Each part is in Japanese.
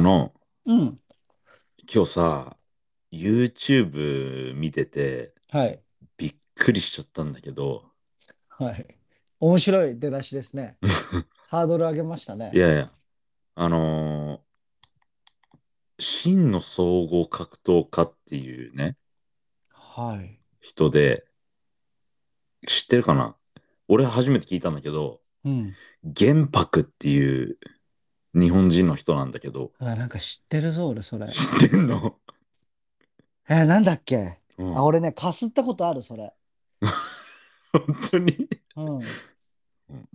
の、うん。今日さ、YouTube 見てて、はい。びっくりしちゃったんだけど、はい。面白い出だしです ね。ハードル上げましたねい。やいや、あのー真の総合格闘家っていうね、はい。人で、知ってるかな俺初めて聞いたんだけど、うん。玄白っていう日本人の人なんだけど、あ、なんか知ってるぞ、俺、それ。知ってんの、えー、なんだっけうん、あ、俺ね、かすったことある、それ。本当に、うん。うん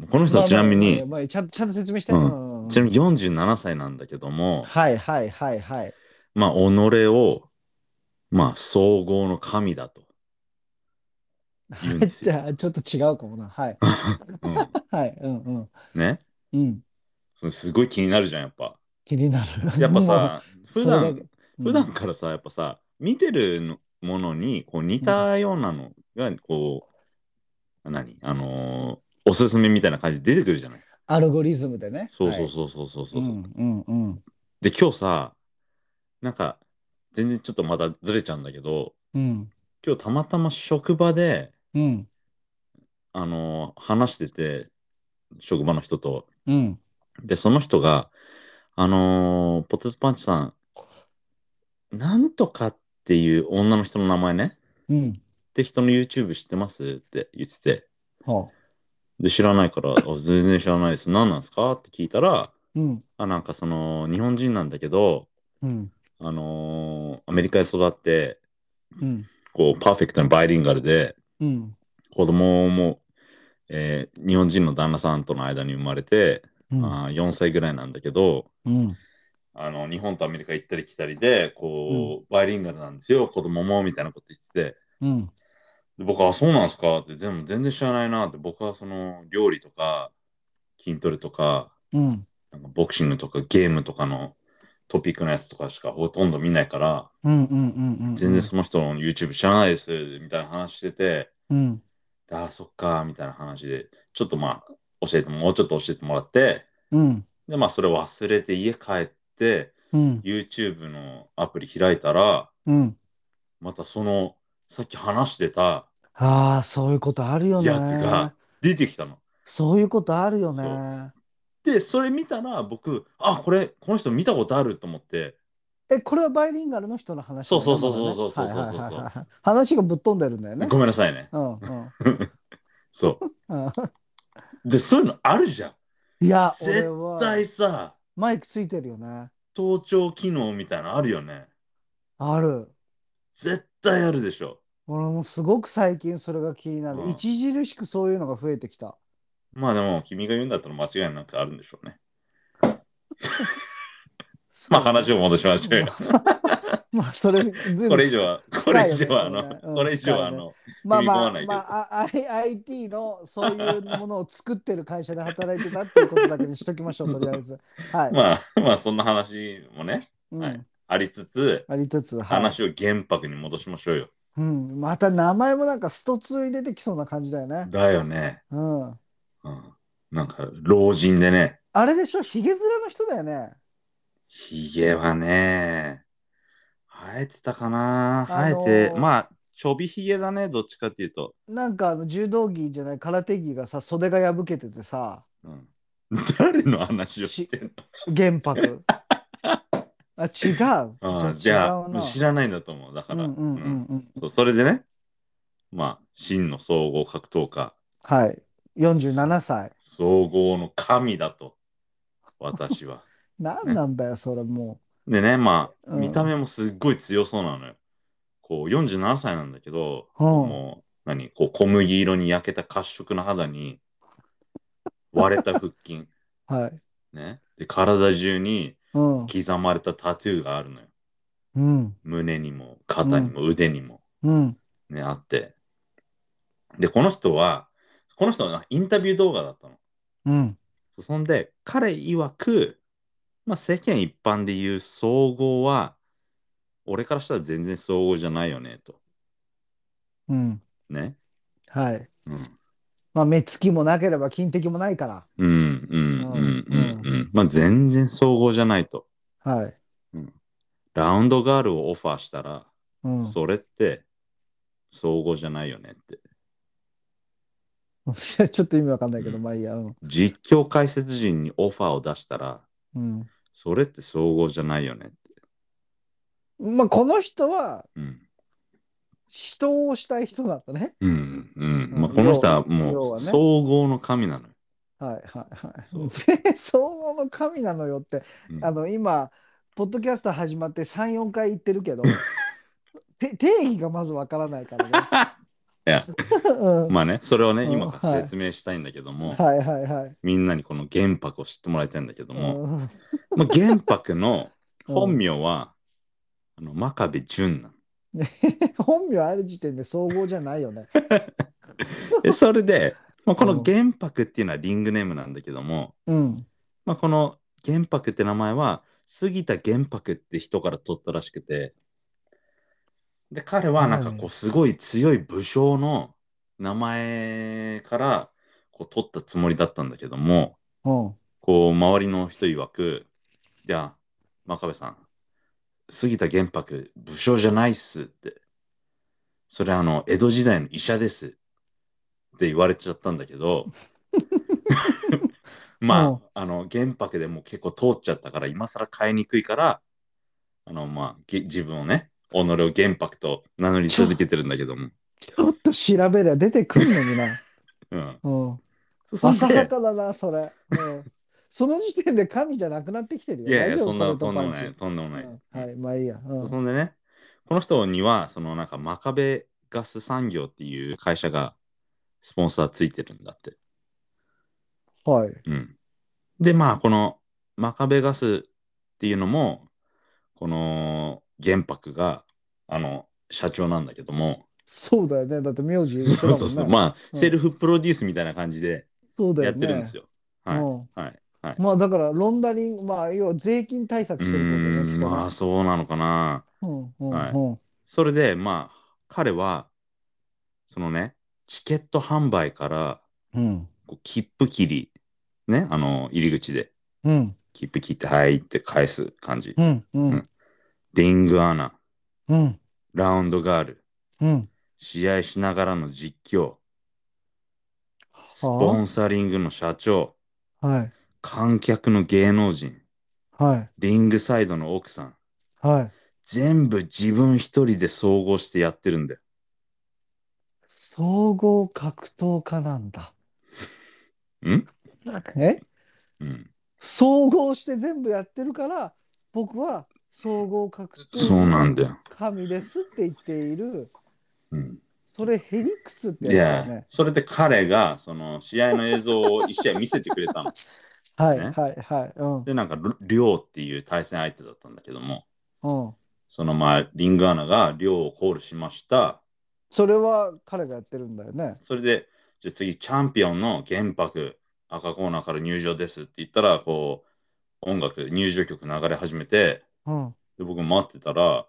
この人はちなみに、まあまあまあまあちゃんちゃんと説明して。うんんうんちなみに47歳なんだけども、はいはいはい はい。まあ、己を、まあ、総合の神だと。言うんですじよゃあ、ちょっと違うかもな。はい。うん、はい。うんうん。ね。うん。それすごい気になるじゃん、やっぱ。気になる。やっぱさ、もう、普それだ段け、普段からさ、やっぱさ、見てるのものに、こう、似たようなのが、こう、何あのーおすすめみたいな感じで出てくるじゃない。アルゴリズムでね。そうそうはいそうそうそうそう。うんうんうん。で、今日さ、なんか、全然ちょっとまたずれちゃうんだけど、うん今日たまたま職場で、うんあのー話してて、職場の人と、うん。で、その人が、あのーポテトパンチさん、なんとかっていう女の人の名前ね、うん。って人の YouTube 知ってますって言ってて、はあで、知らないから、あ全然知らないです。何なんですかって聞いたら、うんあ、なんかその、日本人なんだけど、うんあのーアメリカで育って、うんこう、パーフェクトなバイリンガルで、うん子供も、えー日本人の旦那さんとの間に生まれて、うんあー4歳ぐらいなんだけど、うんあの日本とアメリカ行ったり来たりでこう、バイリンガルなんですよ子供もみたいなこと言っててうんで僕はあそうなんですかって全部全然知らないなって僕はその料理とか筋トレとかうんなんかボクシングとかゲームとかのトピックのやつとかしかほとんど見ないからうんうんうんうん全然その人の YouTube 知らないですみたいな話しててうんああそっかみたいな話でちょっとまあ教えてももうちょっと教えてもらってうんでまあそれを忘れて家帰ってうん YouTube のアプリ開いたらうんまたそのさっき話してたああそういうことあるよねやつが出てきたの。そういうことあるよねそでそれ見たら僕あこれこの人見たことあると思ってえこれはバイリンガルの人の話だよねそうそうそうそうそうまだねそうそうそうそうはいはいはいはい話がぶっ飛んでるんだよねごめんなさいね。うんうんそうん う。でそういうのあるじゃん。いや絶対俺は大さマイクついてるよね盗聴機能みたいなのあるよね。ある絶対あるでしょ。俺もすごく最近それが気になる、うん著しくそういうのが増えてきたまあでも君が言うんだったら間違いなくあるんでしょうね。まあ話を戻しましょうよ。まあそれ全こ部れ以上はこれ以上はあ深いよねのそれねうんこれ以上はあのまあ踏み込ままあないけどまああ I- IT のそういうものを作ってる会社で働いてたっていうことだけにしときまし ょうとりあえずはい、まあまあそんな話もねうんはいありつつありつつ、はい話を原白に戻しましょうよ。うん、また名前もなんかスト2に出てきそうな感じだよね、だよね。うん、うんなんか老人でね、あれでしょひげ面の人だよねひげはね、生えてたかな、あのー生えて、まあ、ちょびひげだね、どっちかっていうと。なんかあの柔道着じゃない空手着がさ袖が破けててさうん、 誰の話をしてんの原 白あ違う あーじじゃゃ違うあ、な知らないんだと思う。だから、うんうんうんうんうんそうそれでね、まあ、真の総合格闘家、はい47歳総合の神だと、私は。何なんだよそれもでね、まあ、うん見た目もすっごい強そうなのよ。こう、47歳なんだけど、うんもう、何こう、小麦色に焼けた褐色の肌に、割れた腹 筋、うはいね。で、体中にうん刻まれたタトゥーがあるのよ。うん胸にも、肩にも、腕にも、うんね、あって。で、この人は、この人はインタビュー動画だったの。うんそんで、彼曰く、まあ、世間一般で言う総合は、俺からしたら全然総合じゃないよね、と。うんね。はいうん。まあ目つきもなければ金的もないからうん、うん、うん、うん、うん。まあ、全然総合じゃないと。はいラウンドガールをオファーしたら、うん。それって、総合じゃないよねって。ちょっと意味わかんないけど、うんまあいいや。うん。実況解説陣にオファーを出したら、うんそれって総合じゃないよねって。まあ、この人は、うん。人をしたい人だったね。うん。うん。うんまあ、この人は要もはう、ね総合の神なのよ。はいはいはい。そうで、総合の神なのよって、うんあの、今、ポッドキャスト始まって3、4回言ってるけど、て定義がまずわからないからね。いや、うん まあね、それをね、うん今かはらい説明したいんだけども、はいはいはい。みんなにこの玄白を知ってもらいたいんだけども、うんまあ、玄白の本名は、あの真壁淳なの。本名ある時点で総合じゃないよね。でそれで、まあ、こうんの玄白っていうのはリングネームなんだけども、うん。まあ、この玄白って名前は杉田玄白って人から取ったらしくてで彼はなんかこはうすごい強い武将の名前からこう取ったつもりだったんだけどもうん。こう周りの人曰く「いや真壁さん杉田玄白武将じゃないっす」って「それあの江戸時代の医者です」って言われちゃったんだけ どうんまああの玄白でもう結構通っちゃったから今更変えにくいからあのまあげ自分をね己を玄白と名乗り続けてるんだけども。ちょっと調べりゃ出てくんのにな。うん、 うん。そ浅そんではかだな、それ。うん。その時点で神じゃなくなってきてるよ。いやいや大丈夫そんなポとんでテもトパなンいチとんでもない。うんはい、まあいいや。うんそんでね、この人には、そのなんか、マカベガス産業っていう会社がスポンサーついてるんだって。はい。うん。で、まあ、このマカベガスっていうのも、この玄白が、あの、社長なんだけども、そうだよね。だって名字一緒そうだもん そうね。そう、まあ、うんセルフプロデュースみたいな感じでそうだやよっね。てるんですよ。はい。うはんい。はい。まあだからロンダリング、まあ要は税金対策うしてるってことね、ーきっん、とねまあ、そうなのかな。うんうんはいうんそれで、まあ、彼は、そのね、チケット販売から、うんこう切符切り、ね、あの、入り口で、うん切符切って、はいって返す感じ。うんうんうんリングアナ、うんラウンドガール、うん試合しながらの実況、スポンサリングの社長、はい観客の芸能人、はいリングサイドの奥さん、はい全部自分一人で総合してやってるんだよ。総合格闘家なんだんえうん。総合して全部やってるから僕は総合格闘そうなんだよ。神ですって言っているうん、それヘリクスっていややつだよね、それで彼が、その、試合の映像を一試合見せてくれたの。はいねはいはいうんで、なんか、りょうっていう対戦相手だったんだけども、うんそのまあリングアナが量をコールしました。それは彼がやってるんだよねそれで、じゃあ次、チャンピオンの玄白、赤コーナーから入場ですって言ったら、こう、音楽、入場曲流れ始めて、うんで僕待ってたら、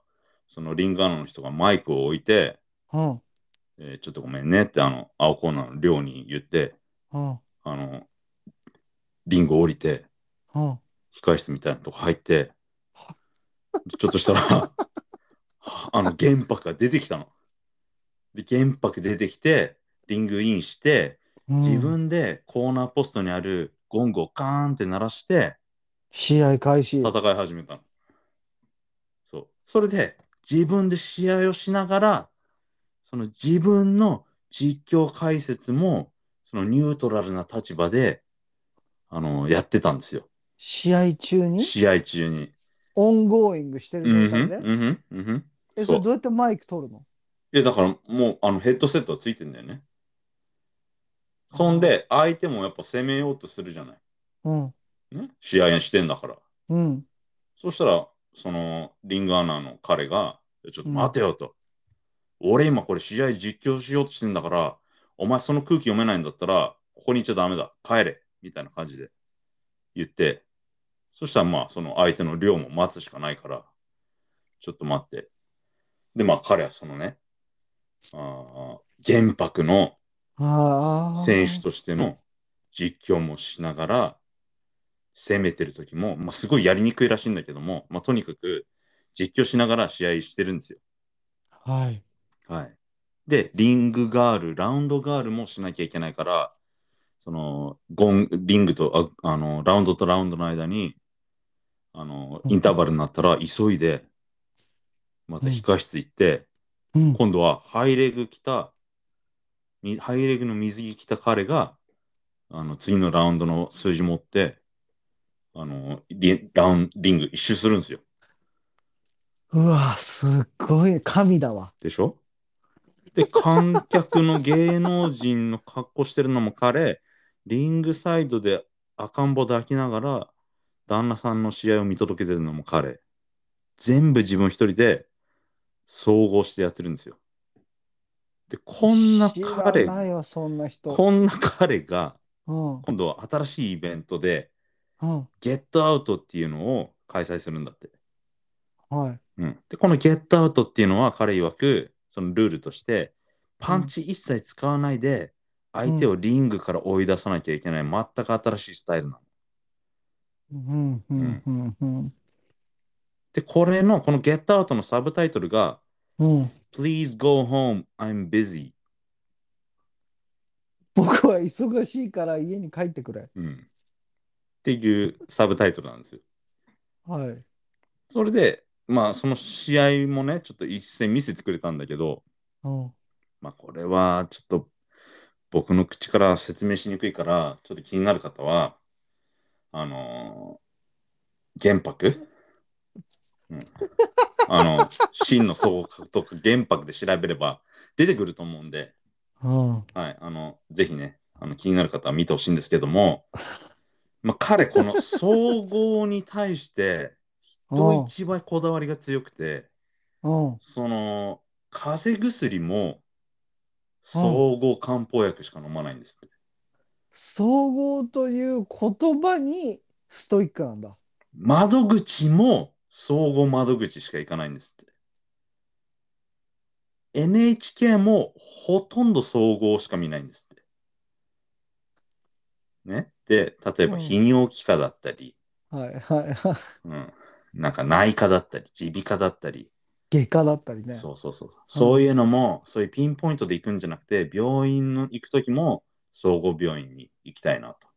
そのリングアナの人がマイクを置いて、うんえーちょっとごめんねって、あの、青コーナーの量に言って、うんあの、リング降りて、うん控室みたいなとこ入って、ちょっとしたら、あの、玄白が出てきたの。で、玄白出てきて、リングインして、うん自分でコーナーポストにあるゴングをカーンって鳴らして、試合開始戦い始めたの。そう。それで、自分で試合をしながら、その自分の実況解説も、そのニュートラルな立場で、あの、やってたんですよ。試合中に試合中に。オンゴーイングしてうんうるん状態で、うんうんうんえそそれうどうやってマイク取るのいやだからもうあのヘッドセットはついてんだよねそんで相手もやっぱ攻めようとするじゃない、うんね、試合してんだからうんそしたらそのリングアナの彼が「ちょっと待てよ」と「俺今これ試合実況しようとしてんだからお前その空気読めないんだったらここにいちゃダメだ帰れ」みたいな感じで言ってそしたらまあその相手の量も待つしかないからちょっと待ってでまあ彼はそのねあー原白のああ選手としての実況もしながら攻めてる時も、まあ、すごいやりにくいらしいんだけども、まあ、とにかく実況しながら試合してるんですよ。はい。はい。で、リングガール、ラウンドガールもしなきゃいけないから、その、ゴン、リングと、ああの、ラウンドとラウンドの間に、あの、インターバルになったら、急いで、また控室行って、うん。今度はハイレグ着た、みハイレグの水着着た彼が、あの、次のラウンドの数字持って、あの、リラウンリング一周するんですよ。うわ、すっごい。神だわ。でしょで、観客の芸能人の格好してるのも彼、リングサイドで赤ん坊抱きながら、旦那さんの試合を見届けてるのも彼。全部自分一人で総合してやってるんですよ。で、こんな彼知らないわ、そんな人。こんな彼がうん。今度は新しいイベントでうん。ゲットアウトっていうのを開催するんだって。はい。うん、で、このゲットアウトっていうのは彼曰くそのルールとしてパンチ一切使わないで相手をリングから追い出さなきゃいけない全く新しいスタイルなの。うん。うん。うん。うん。で、これのこのゲットアウトのサブタイトルがうん。 Please go home, I'm busy。僕は忙しいから家に帰ってくれ。うん、っていうサブタイトルなんですよ。はい。それで、まあその試合もね、ちょっと一戦見せてくれたんだけど、うん。まあ、これはちょっと僕の口から説明しにくいから、ちょっと気になる方は、あのー原白、うん、あの、真の総獲得原白で調べれば出てくると思うんで、うん。はい、あの、ぜひね、あの気になる方は見てほしいんですけども、まあ、彼、この総合に対して、人一倍こだわりが強くて、うん。その風邪薬も総合漢方薬しか飲まないんですって、総合という言葉にストイックなんだ。窓口も総合窓口しか行かないんですって NHK もほとんど総合しか見ないんですってねで例えばうん泌尿器科だったり、はいはい はい。うん、なんか内科だったり耳鼻科だったり外科だったりね。そうそうそう。そういうのも、そういうピンポイントで行くんじゃなくて、病院の行くときも、総合病院に行きたいなと。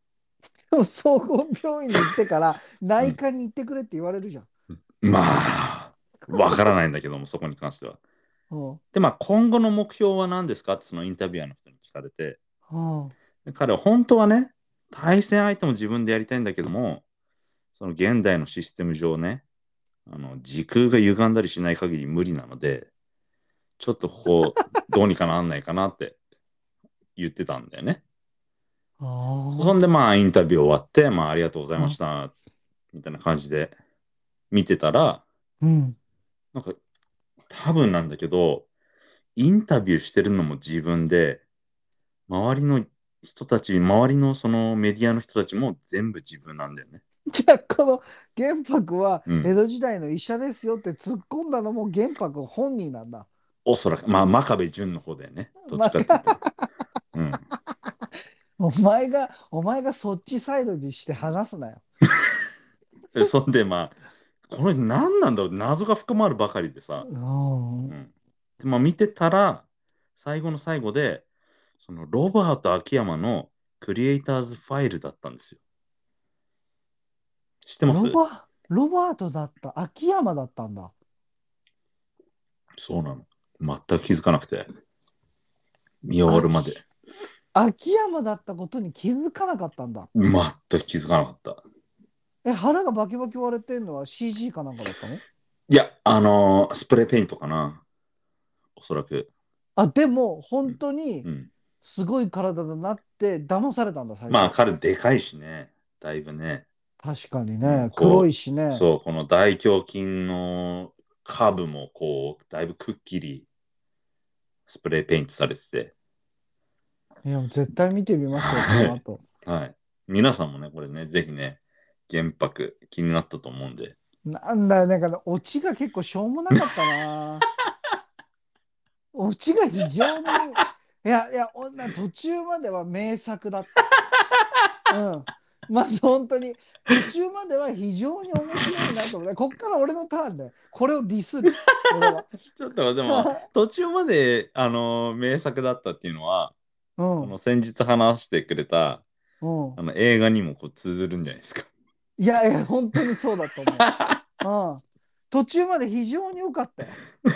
でも総合病院に行ってから内科に行ってくれって言われるじゃん。まあ、わからないんだけども、そこに関しては。うん。で、まあ、今後の目標は何ですかって、そのインタビュアーの人に聞かれて、うん。で彼は本当はね、対戦相手も自分でやりたいんだけども、その現代のシステム上ね、あの時空が歪んだりしない限り無理なので、ちょっとこう、どうにかなんないかなって言ってたんだよね。そあんでまあインタビュー終わって、まあありがとうございました、みたいな感じで見てたら、あ。うん。なんか多分なんだけど、インタビューしてるのも自分で、周りの人たち、周りのそのメディアの人たちも全部自分なんだよね。 じゃあこの玄白はうん江戸時代の医者ですよって突っ込んだのも玄白本人なんだ。おそらく、まあ真壁淳の方だよね。どっちかって言ったら。うん、お前がお前がそっちサイドにして話すなよ。でそんでまあ、これ何なんだろう謎が深まるばかりでさ。うん。うんでまあ、見てたら最後の最後でそのロバート秋山のクリエイターズファイルだったんですよ。知ってますロバロバートだった秋山だったんだ。そうなの。全く気づかなくて。見終わるまで秋山だったことに気づかなかったんだ。全く気づかなかった。え腹がバキバキ割れてるのは CG かなんかだったのいや、あのースプレーペイントかな。おそらく。あでも本当にうん、すごい体だなって騙されたんだ最初。まあ彼でかいしね。だいぶね。確かにうねんこう黒いしね。そう、この大胸筋のカーブもこう、だいぶくっきりスプレーペイントされてて。いや絶対見てみますよはいこの後。はい。皆さんもね、これね、ぜひね、原白気になったと思うんで。なんだよなんかねオチが結構しょうもなかったな。オチが非常にいやいやおな途中までは名作だった。うん。まず本当に途中までは非常に面白いなと思ってこっから俺のターンだよこれをディスる俺はちょっとで も途中まであの名作だったっていうのは、うあの先日話してくれたんうんあの映画にもこう通ずるんじゃないですか。いやいや本当にそうだと思う、うん、途中まで非常に良かったよ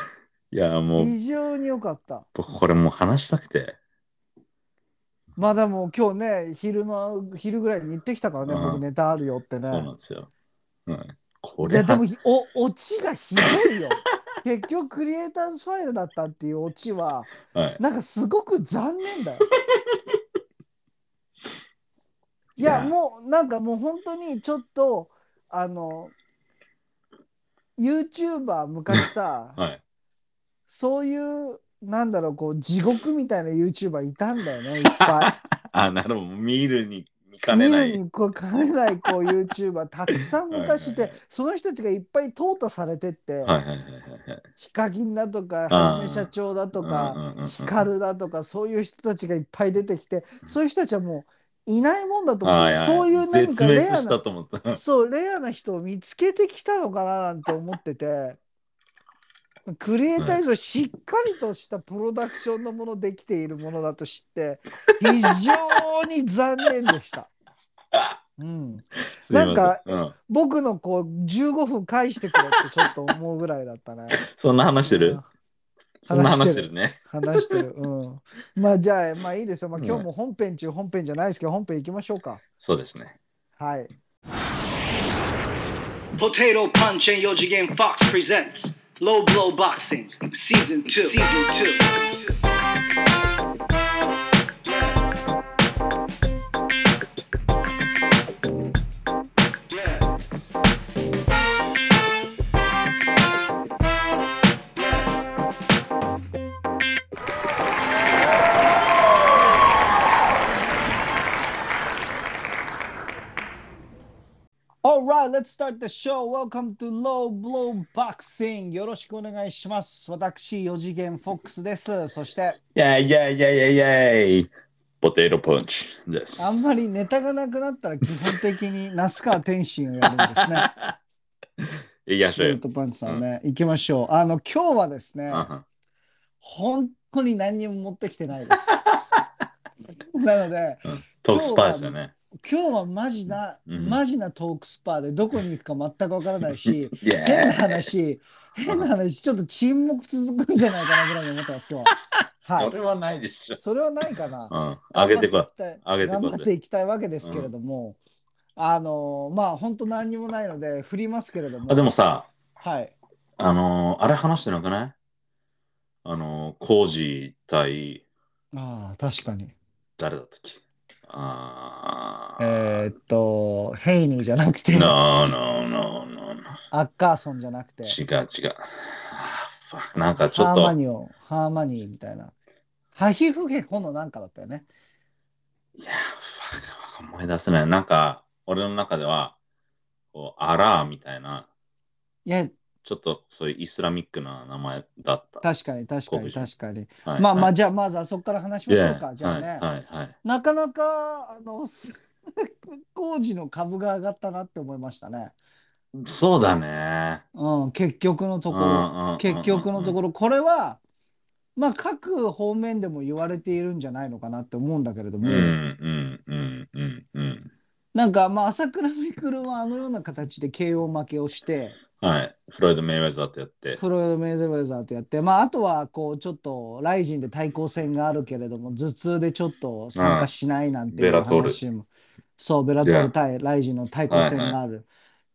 いやもう非常に良かった僕これもう話したくて。まだもう今日ね昼の昼ぐらいに行ってきたからね、うん僕ネタあるよってねそうなんですよ。うん、こいれやはでもひおオチがひどいよ 結局クリエイターズファイルだったっていうオチははい、なんかすごく残念だ よいいややもうなんかもう本当にちょっとあの YouTuber 昔さはい、そういうなんだろうこう地獄みたいな YouTuber いたんだよねいっ ぱい。あなるほど見るに見か見ねなるい。にこう兼ねないこう YouTuber たくさん昔いはいてはいその人たちがいっぱい淘汰されてって、はいはいはいはいはい。ヒカキンだとあかーはじめ社長だとうんかうんうんうんヒカルだとかそういう人たちがいっぱい出てきてそういう人たちはもういないもんだと思っはいてはいそういう何絶か滅レアしたなと思った。 そうレアな人を見つけてきたのかななんて思って て。クリエイターズしっかりとしたプロダクションのものできているものだと知って非常に残念 でした。うん、すいませなんかうん、僕のこう15分返してくれってちょっと思うぐらいだったね。そんな話してうるんそんな話してるね。話してる。うん。まあじゃあまあいいですよ。まあうん今日も本編中本編じゃないですけど本編行きましょうか。そうですね。はい。 Potato Punch and Yoji Game Fox presents Low Blow Boxing Season 2. Season 2. Alright, let's start the show. Welcome to Low Blow Boxing. よろしくお願いします。私、4次元フォックスです。そして、イェイイェイイェイイェイイェイポテトパンチです。あんまりネタがなくなったら基本的に那須川天心をやるんです ね。いやしょうベルよ。トパンチさんね、行きましょう。あの、今日はですね、あ本当に何にも持ってきてな いです。なので、トークスパイスだね。今日はマジな、うんマジなトークスパーでどこに行くか全くわからないし、イェ変なイ話、変な話、ちょっと沈黙続くんじゃないかなぐらいに思ってます、今日 は。はそい。れはないでしょ。それはないかな。うん。あげてこい。上げてこい頑張っていきたいわけですけれども、あの、まあ、本当何にもないので、振りますけれども。あ、でもさ、はい。あのー、あれ話してなくないあのー、コージ対、ああ、確かに。誰だったっけあー。えーっと、ヘイニーじゃなくて、 No, no, no, no, no. アッカーソンじゃなくて、違う違う。あー fuck なんかちょハっーマと、ニオ、ハーマニーみたいな。ハヒフヘコのなんかだったよね。いや、fuck 思い出せない。なんか、俺の中では、こうアラーみたいな、いや、ちょっとそういうイスラミックな名前だった。確かに確か黒に人確かに。はいまあまはあ、いじゃあまずあそこから話しましょうか。 Yeah じゃあね、はいはいはい。なかなか、あの、 す工事の株が上がったなって思いましたね。そうだね。うん、結局のところ、ろ結局のところ、これは、まあ、各方面でも言われているんじゃないのかなって思うんだけれどうも、んうんうんうんうん。なんか、まあ、朝倉未来はあのような形で KO 負けをして、はい。フロイド・メイウェザーってやって。フロイド・メイゼウェザーとやって、まあ、あとは、こう、ちょっと、ライジンで対抗戦があるけれども、頭痛でちょっと参加しないなんていベうラトル話も、そう、ベラトル Yeah 対ライジンの対抗戦がある、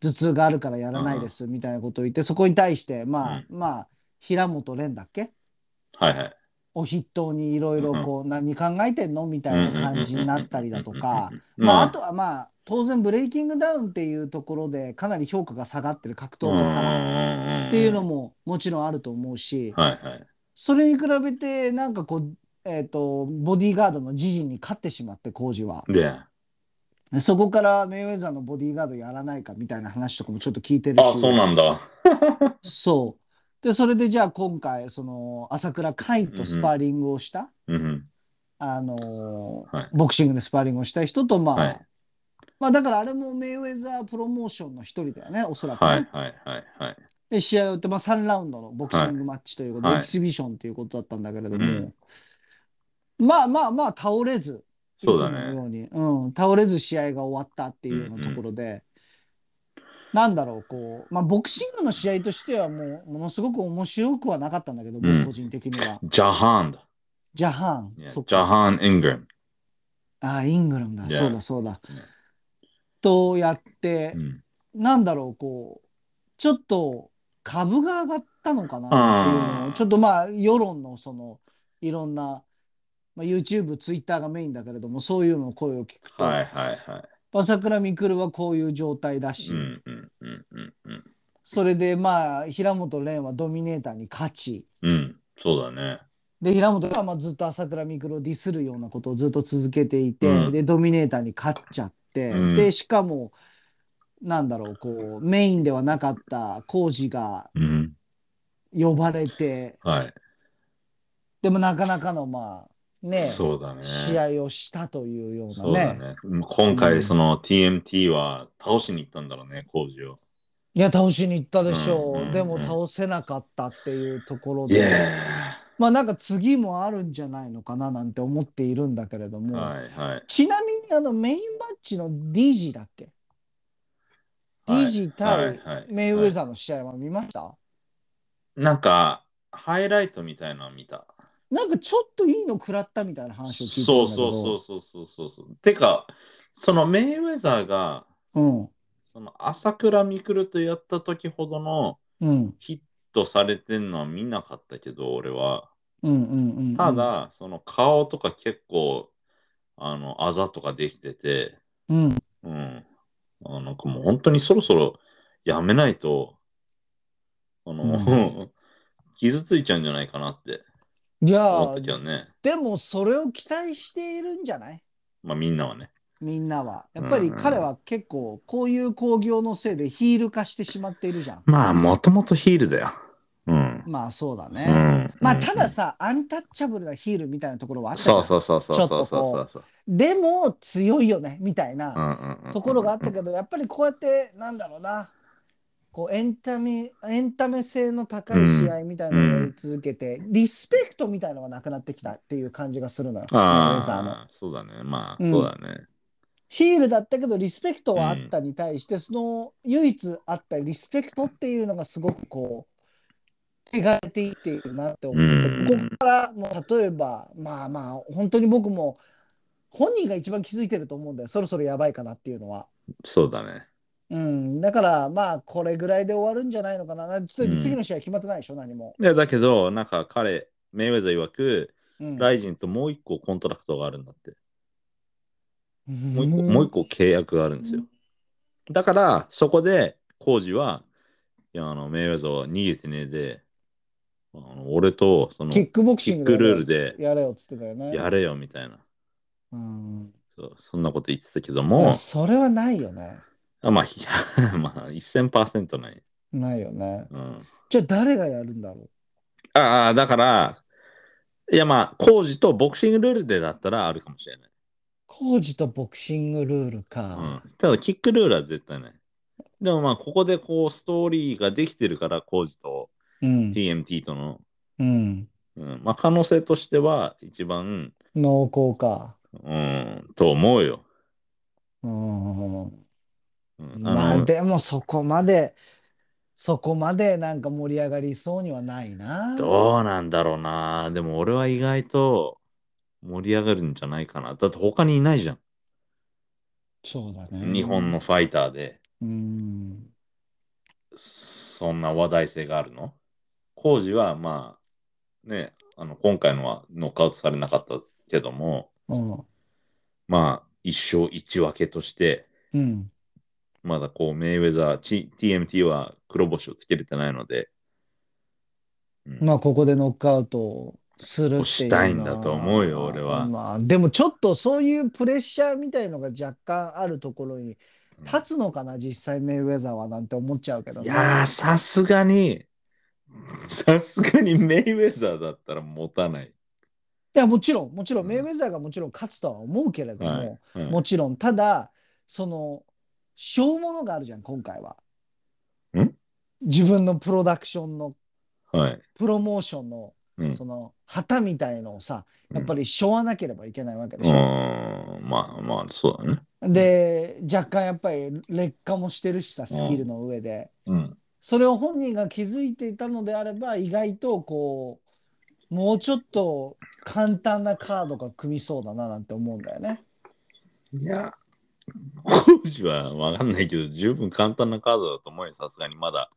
頭痛があるからやらないです、みたいなことを言って、そこに対して、まあ、まあ、平本蓮だっけはいはい。を筆頭にいろいろこう、何考えてんのみたいな感じになったりだとか、うん。まあ、あとはまあ、当然、ブレイキングダウンっていうところで、かなり評価が下がってる格闘家から。らっていうのももちろんあると思うし、はいはい。それに比べてなんかこう、えー、とボディーガードのジジに勝ってしまって工事はで、あ、そこからメイウェザーのボディーガードやらないかみたいな話とかもちょっと聞いてるしそうなんだ。そうでそれでじゃあ今回その朝倉海とスパーリングをした、うんうん。あのーはいボクシングでスパーリングをした人とまあ、はいまあだからあれもメイウェザープロモーションの一人だよね、おそらく、ねはいはいはいはい。で、試合をって、まあ3ラウンドのボクシングマッチということ、はいエキシビションということだったんだけれども、うんまあまあまあ倒れず、そうだいつものね。ように、うん、倒れず試合が終わったっていうようなところで、なんだろう、こう、まあボクシングの試合としてはもう、ものすごく面白くはなかったんだけど、僕うん個人的には。ジャハンだ。ジャハン、 Yeah そっジャか。ハン・イングラム。ああ、イングラムだ、 Yeah そうだそうだ Yeah。とやってう、んなんだろう、こう、ちょっと株が上がったのかなっていうのうを、んちょっとまあ、世論のその、いろんな、まあ、YouTube、Twitter がメインだけれども、そういうのの声を聞くと、はいはいは朝倉未来はこういう状態だい。し、うんうんうんうんうん。それでまあ、平本蓮はドミネーターに勝ち、うん、そうだね。で、平本がまあずっと朝倉未来をディスるようなことをずっと続けていて、うんで、ドミネーターに勝っちゃって、うんで、しかも、なんだろう、こう、メインではなかった工事が、うん。呼ばれて、はい。でもなかなかのまあね、そうだね。試合をしたというようなね。そうだね。今う回、んその TMT は倒しに行ったんだろうね、工事を。いや、倒しに行ったでしょう。うんうんうんでも倒せなかったっていうところイで、エまあなんか次もあるんじゃないのかななんて思っているんだけれどーイも、はいはい。ちなみにあのメインマッチの DG だっけ、はい ?DG はい対はい。メイウェザーの試合は見ました、なんか、ハイライトみたいなの見た。なんかちょっといいの食らったみたいな話を聞いてそうそうそうそうそうそうそう。てか、そのメイウェザーが、う。うん。その朝倉未来とやった時ほどのうん。ヒットされてんのは見なかったけど、俺は。うんうんうんうん。た、だ、その顔とか結構、あの、あざとかできてて、うん。うん。あなんかもう本当にそろそろやめないと、あの、 傷ついちゃうんじゃないかなっていや思っーたけ、どね。でもそれを期待しているんじゃないまあみんなはね。みんなは。やっぱりうんうん彼は結構こういう興行のせいでヒール化してしまっているじゃん。まあもともとヒールだよ。うん。まあそうだね。うん、まあたださ、アンタッチャブルなヒールみたいなところはあったじゃんそうそうそうそうそうそうそうそう。でも強いよねみたいなうんうんうんところがあったけど、やっぱりこうやってなんだろうな。こうエンタメエンタメ性の高い試合みたいなのをやり続けて、リスペクトみたいのがなくなってきたっていう感じがするのよ。メイウェザーのああ、そうだね。まあ、うんそうだね。ヒールだったけどリスペクトはあったに対して、その唯一あったリスペクトっていうのがすごくこう手がれていっているなって思うって、ん。ここからもう例えばまあまあ本当に僕も本人が一番気づいてると思うんだよそろそろやばいかなっていうのは。そうだね。うん、だからまあこれぐらいで終わるんじゃないのかな。ちょっとうん次の試合決まってないでしょ、何も。いやだけど、なんか彼、メイウェザー曰く、うん、ライジンともう一個コントラクトがあるんだって。ももう一個、もう一個契約があるんですよ。だから、そこで、コージは、いや、あの、メイウェザーは逃げてねえで、あの俺と、その、キキックボクシンッグクルールででやれよっつってたよね。やれよみたいな。うん、そうそんなこと言ってたけどいもや、それはないよね。あまあ、ひ まあ、1000%ない。ないよね。うん。じゃあ誰がやるんだろああ、だから、いやまあ、工事とボクシングルールでだったらあるかもしれない。うジとボクシングルールうか。ん。ただ、キックルールは絶対ない。でもまあ、ここでこう、ストーリーができてるから、工事とうん。 TMT との、うん。うん、まあ、可能性としては一番、濃厚か。うん、と思うよ。うん。うん、まああの、でもそこまで、そこまでなんか盛り上がりそうにはないな。どうなんだろうな。でも、俺は意外と盛り上がるんじゃないかな。だって、他にいないじゃん。そうだね。日本の。ファイターで。うん。そんな話題性があるの工事はまあねあの今回のはノックアウトされなかったけどもうん。まあ一勝一分けとしてうん。まだこうメイウェザー、T、TMT は黒星をつけれてないので、うんまあここでノックアウトをするっていうのはしたいんだと思うよ俺はまあでもちょっとそういうプレッシャーみたいのが若干あるところに立つのかな、実際メイウェザーはなんて思っちゃうけどいねやーさすがにさすがにメイウェザーだったら持たない、いや、もちろん、もちろん、うんメイウェザーがもちろん勝つとは思うけれども、はいうんもちろん、ただ、その、しょうものがあるじゃん、今回は。ん自分のプロダクションの、はい。プロモーションの、うん。その、旗みたいのをさ、やっぱりしょわなければいけないわけでうしょ。ん。まあまあ、そうだね。で、若干やっぱり劣化もしてるしさ、スキルの上で。うん。それを本人が気づいていたのであれば、意外とこう、もうちょっと簡単なカードが組みそうだななんて思うんだよね。いや、コーチはわかんないけど、十分簡単なカードだと思うよ、さすがにまだ、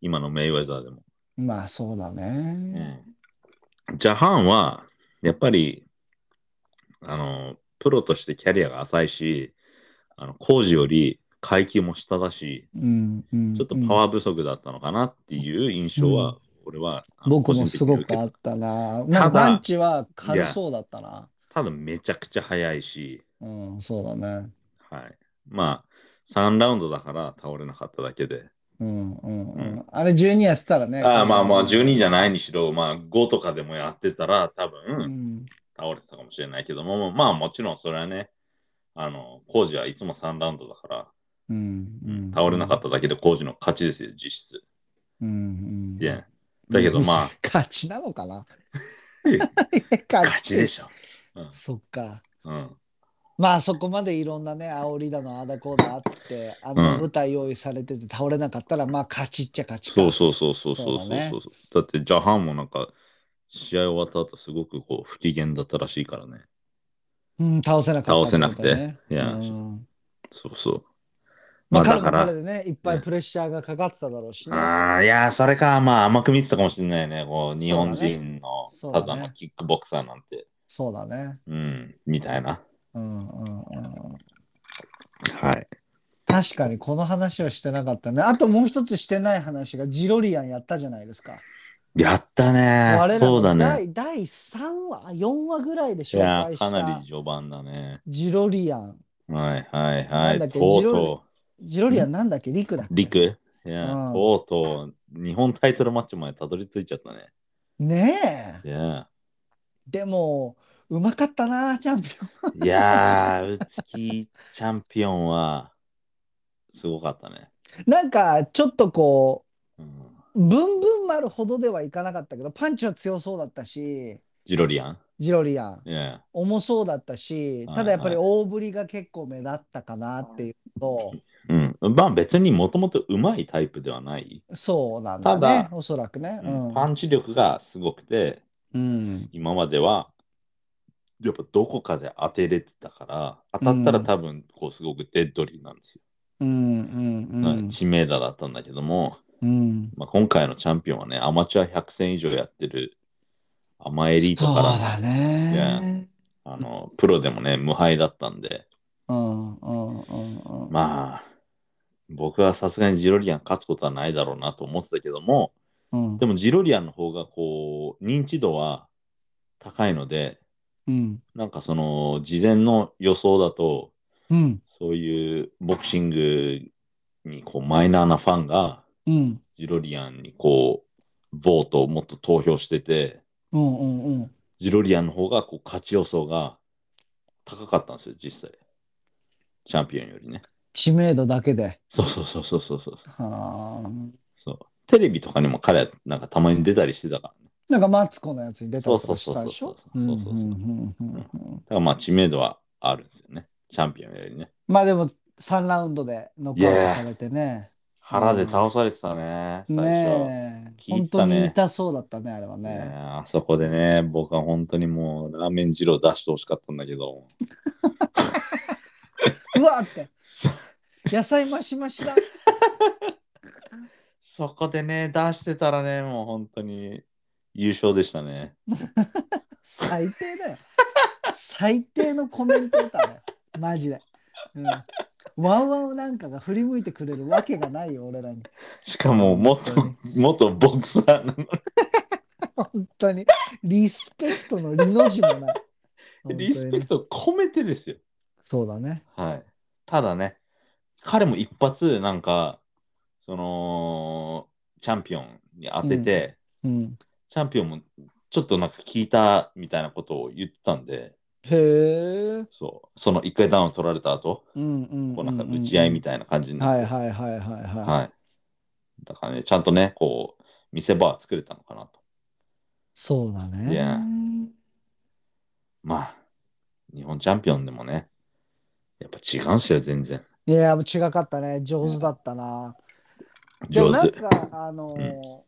今のメイウェザーでも。まあそうだね。うん。ジャハンは、やっぱり、あの、プロとしてキャリアが浅いし、あの、工事より階級も下だし、うん。うんちょっとパワー不足だったのかなっていう印象は、俺は、あの僕もすご個人的くにあ受けったな。だなんかパンチは軽そうだったな。ただめちゃくちゃ速いし、うん、そうだね。はい。まあ、3ラウンドだから倒れなかっただけで。うんうんう。うんあれ12やってたらね。ああまあまあ12じゃい。ないにしろ、まあ5とかでもやってたら多う分ん。倒れてたかもしれないけども、まあもちろんそれはね、あの、工事はいつも3ラウンドだから、うんうん。倒れなかっただけで工事の勝ちですよ、実質。うんうん。いや、だけどまあ、勝ちなのかな勝 勝ちでしょ。そっか。うん。まあそこまでいろんなね、煽りだの、あだこうだあって、あんな舞台用意されてて倒れなかったら、まあ勝ちっちゃ勝ちか。そうそうそうそうそうそうそうだねそうそう。だってジャハンもなんか、試合終わった後すごくこう不機嫌だったらしいからね。う。うん、倒せなかったってことだね。倒せなくていやうんそうそう。まあ、まあ彼だかもら彼でね、いっぱいプレッシャーがかかってただろうしね。ああ、いやー、それか、まあ甘く見てたかもしれないね。こう、日本人のそうだたねだのキックボクサーなんて、そうだね。うん、みたいな。うんうんうん。はい。確かにこの話はしてなかったね。あともう一つしてない話がジロリアンやったじゃないですか。やった我ね。らそうだのね。第第3話、4話ぐらいでい紹や介ー、しかなたり序盤だね。ジロリアン。はいはいなはんだっい。けとうジとロジロリアンなんだっけリクだっう、けリク。いやーうんとうとう、日本タイトルマッチまでたどり着いちゃったね。ねえ。いやでも、うまかったな、チャンピオン。ー、いや ー、うつきチャンピオンは、すごかったね。なんかちょっとこうん、う、ブンブン丸ほどではいかなかったけど、パンチは強そうだったし、ジロリアンジロリアン。いや重そうだったしはいただやっぱり大振りが結構目立ったかなっていうと、ー。うん。まあ別にもともとうまいタイプではない。そうなんだたねだおそらくね。うんうんパンチ力がすごくてうん今まではやっぱどこかで当てれてたから当たったらうん多分こうすごくデッドリーなんですよ、うんうんうはいん知名度だったんだけども、うんまあ、今回のチャンピオンはねアマチュア100戦以上やってるアマエリートそうからだね。あのプロでもね無敗だったんでうんうんうんうんまあ僕はさすがにジロリアン勝つことはないだろうなと思ってたけどもうんでもジロリアンの方がこう認知度は高いのでうんなんかその事前の予想だとうんそういうボクシングにこうマイナーなファンがうんジロリアンにこうボートをもっと投票しててうんうんうんジロリアンの方がこう勝ち予想が高かったんですよ実際チャンピオンよりね知名度だけで。そうそうそうそうそうそうはあそうテレビとかにも彼はなんかたまに出たりしてたから、ね、なんかマツコのやつに出たりとかしたでしょそうそうそうそうそうそうそううんうんうんうんうんだからまあ知名度はあるんですよねチャンピオンよりねまあでも3ラウンドでノックアウトされてね。腹で倒されてたね最初、ねえ、聞本いた当ねに痛そうだったね、あれはねえね。あそこでね、僕は本当にもうラーメン二郎出してほしかったんだけど、うわーって、そ野菜マシマシだ。そこでね、出してたらね、もう本当に優勝でしたね。最低だよ。最低のコメントーターだよ。マジで。うん、ワウワウなんかが振り向いてくれるわけがないよ、俺らに。しかも元本、元ボクサーなの本当に。リスペクトのリの字もない。に リスペクト。トを込めてですよ。そうだね。はい。ただね、彼も一発、なんか、その、チャンピオンに当てて、うん。チャンピオンもちょっとなんか聞いたみたいなことを言ってたんで、へえ。そう。その一回ダウン取られた後、うんうんこうなんか打ち合いみたたいな感じになはっいて。はいはいはいはい。はい。だからね、ちゃんとね、こう、見せ場は作れたのかなと。そうだね。いやまあ、日本チャンピオンでもね、やっぱ違うんすよ、全然。いや、もう違かったね。上手だったな。でも上なん手。か、あのー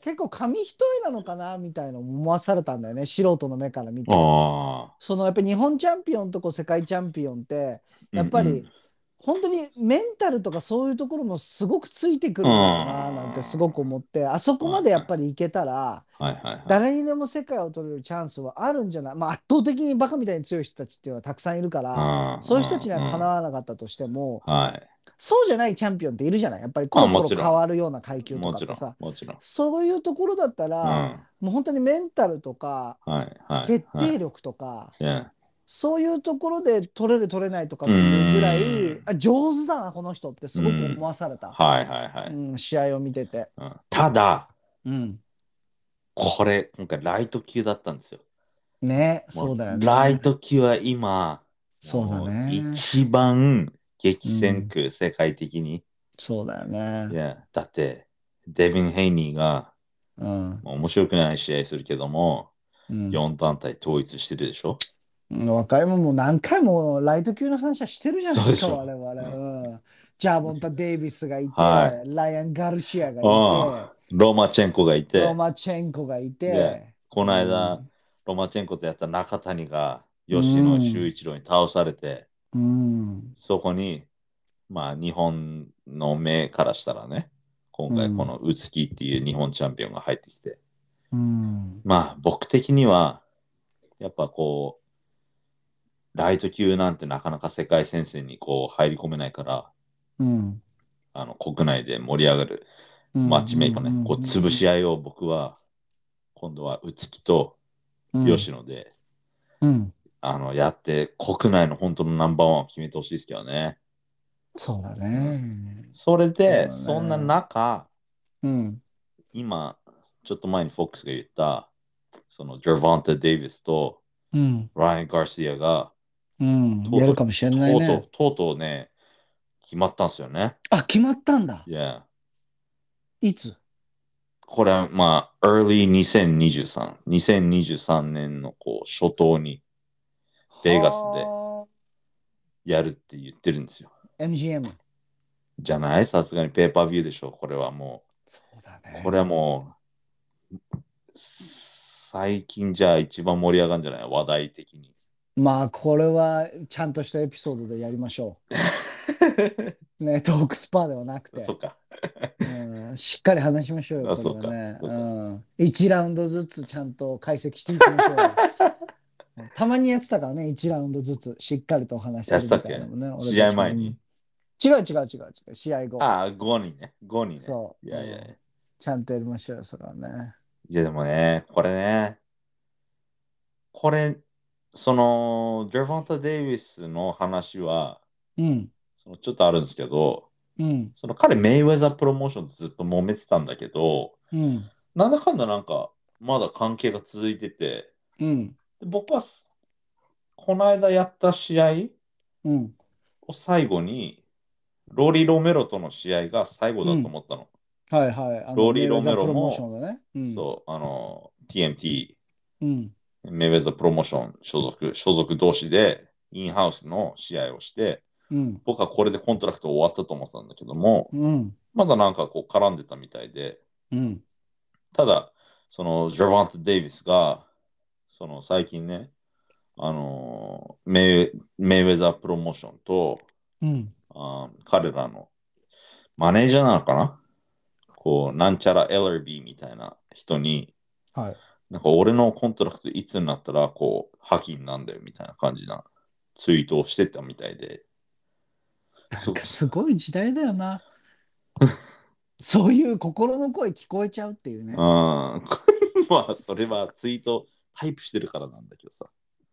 結構紙一重なのかなみたいな思わされたんだよね。素人の目から見て。ああ。そのやっぱり日本チャンピオンとこう世界チャンピオンって、やっぱうんうりん本当にメンタルとかそういうところもすごくついてくるんだろうなうんなんてすごく思って、あそこまでやっぱりいけたら、はいはいはい。誰にでも世界を取れるチャンスはあるんじゃない、まあ、圧倒的にバカみたいに強い人たちっていうのはたくさんいるから、ああそういう人たちにはかなうんわなかったとしても、はそうじゃないチャンピオンっているじゃないやっぱりコロコあもロちろん変わるような階い。級ともかちっろてんさ。、もちろん。そういうところだったうん。ら、はもう本当にメンタルとか、いはい。決はい定力とか、 Yeah そういうところで取れる取れないとかっていうぐらういんあ上手だなこの人ってすごく思わされた、はいはいはういん試合を見てて、うん。ただ、うん、これ、今回ライト級だったんですよ。ねもそうだよねライト級は今、そうだもうね一番激戦区、世界的に。そうだよいね、や、だって、デビン・ヘイニーが、うんまあ面白くない試合するけども、うん、 4団体統一してるでしょ若いもんもう何回もライト級の話はしてるじゃないですか、そう我で々。うん、ジャボンタ・デイビスがいて、はライアン・ガルシアがいて、ああロマチェンコがいロて、マチェンコがいてね、この間、うんロマチェンコとやった中谷が吉野修一郎に倒されて、うん、そこに、まあ、日本の目からしたらね、今回この宇津木っていう日本チャンピオンが入ってきて、うん、まあ、僕的には、やっぱこう、ライト級なんてなかなか世界戦線にこう入り込めないから、うん、あの国内で盛り上がるマッチメイクね、こう潰し合いを僕は、今度は宇津木と吉野で、うん、うんあのやって、国内の本当のナンバーワンを決めてほしいですけどね。そうだね。それで、そうだねそんな中、うん、今、ちょっと前にフォックスが言った、そのジョバンタ・デイビスとうん、ライアン・ガーシアが、うん、やるかもしれとないとうねう。、とうとうね、決まったんですよね。あ、決まったんだい。や、いつこれはまあ、early 2023、2023年のこう初頭にベガスではやるって言ってるんですよ。あ MGM。じゃないさすがにペーパービューでしょ、これはもう。そうだね。これはもう、最近じゃあ一番盛り上がるんじゃない話題的に。まあこれはちゃんとしたエピソードでやりましょ う。ね、トークスパーではなくてそ、っか。うん、しっかり話しましょうよ、あこれはね。そううかん、1ラウンドずつちゃんと解析していきましょうよ。 たまにやってたからね、1ラウンドずつしっかりとお話しするみたいなのもね。俺たち試合前に。違う違う違う違う、試合後。ああ、5人ね。5人ね。そう。いやいやいや。ういんちゃんとやりましょうよ、それはね。やでもね、これね、これ、その、ジェファンタ・デイビスの話は、うん、そのちょっとあるんですけど、うん、その彼、メイウェザープロモーションとずっと揉めてたんだけど、うん、なんだかんだなんか、まだ関係が続いてて、うん、で僕は、この間やった試合、うん。を最後に、ローリー・ロメロとの試合が最後だと思ったの。はいはい。あのローリーメイウェザロメロもプロモーションだね。うん、そう、あの、TMT、うん、メイウェザープロモーション所属、所属同士で、インハウスの試合をして、うん、僕はこれでコントラクト終わったと思ったんだけども、うん、まだなんかこう絡んでたみたいで、うん、ただ、その、ジャバント・デイビスが、その、最近ね、あのメイ、メイウェザープロモーションと、うん。あー彼らのマネージャーなのかなこう、なんちゃら LRB みたいな人に、はい。なんか俺のコントラクトいつになったら、こう、破棄になんだよみたいな感じなツイートをしてたみたいで。なそんかすごい時代だよな。そういう心の声聞こえちゃうっていうねうん。。 まあ、それはツイートタイプしてるからなんだけどさ。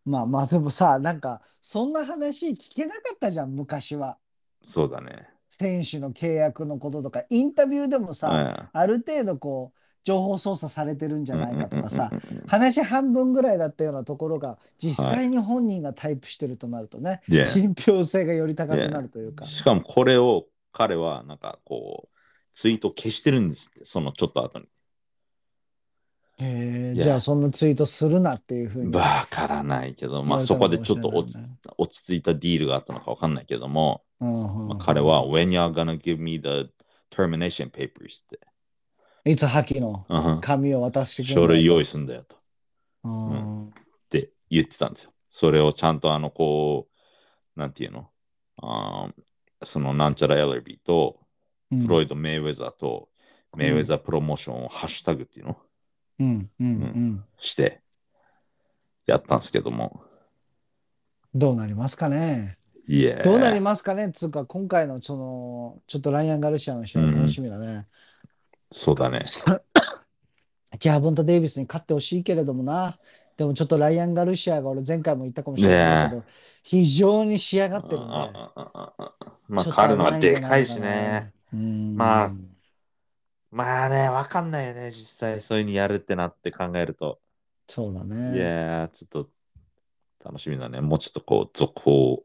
まあまあでもさ、なんかそんな話聞けなかったじゃん、昔は。そうだね。選手の契約のこととか、インタビューでもさ、うんある程度こう情報操作されてるんじゃないかとかさうんうんうんうん話半分ぐらいだったようなところが実際に本人がタイプしてるとなるとね、 Yeah. 信憑性がより高くなるというか、しかもこれを彼はなんかこうツイート消してるんですってそのちょっと後にへえ Yeah. じゃあそんなツイートするなっていうふうにわからないけどまあ言そわこれでたのかもちょっと落ちしれないね落ち着いたディールがあったのかわかんないけども、うんうまんあ、彼は When you're gonna give me the termination papers って、いつ破棄のうんうん紙を渡してく書れ類る用意すんだよとうんって言ってたんですよ。それをちゃんとあのこう、なんていうのあーそのなんちゃらエレビーとうんフロイド・メイウェザーとメイウェザープロモーションをハッシュタグっていうのうんうんうんしてやったんですけども。どうなりますかねいや。どうなりますかねつうか今回のそのちょっとライアン・ガルシアの試合楽しみだね、そうだね。ジャーボンタ・デイビスに勝ってほしいけれどもなでもちょっとライアン・ガルシアが俺前回も言ったかもしれないけど、非常に仕上がってるんであああああまあ、ちょっと彼の甘はいんじゃでなかいしね。かなうんまあまあね、わかんないよね。実際、そういうにやるってなって考えると。そうだいねやー、ちょっと楽しみだね。もうちょっとこう、続報を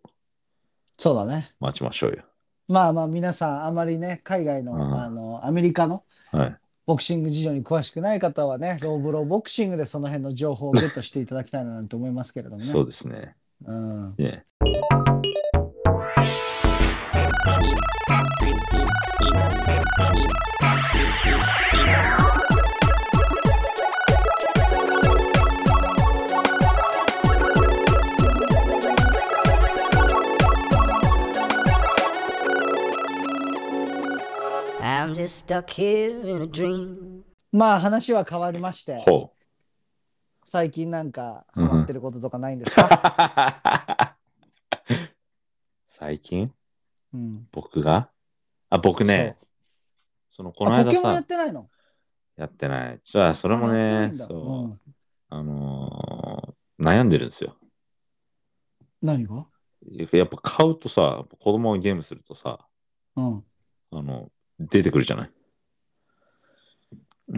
そうだね待ちましょうよ。まあまあ皆さんあまりね海外の,、うんあのアメリカのはい。ボクシング事情に詳しくない方はねローブローボクシングでその辺の情報をゲットしていただきたいななんて思いますけれどもねそうですね。うん、いや。 I'm just stuck here in a dream. まあ話は変わりましてほう。最近なんかうハんうんマってることとかないんですか、 最近うん、僕があ、僕ね、そのこのあポ間ケモンやさっ、てないのやってない。じゃあ、それもあやっねてないん、だそう、んあのー悩んでるんですよ。何がやっぱ買うとさ、子供がゲームするとさ、うんあの、出てくるじゃない。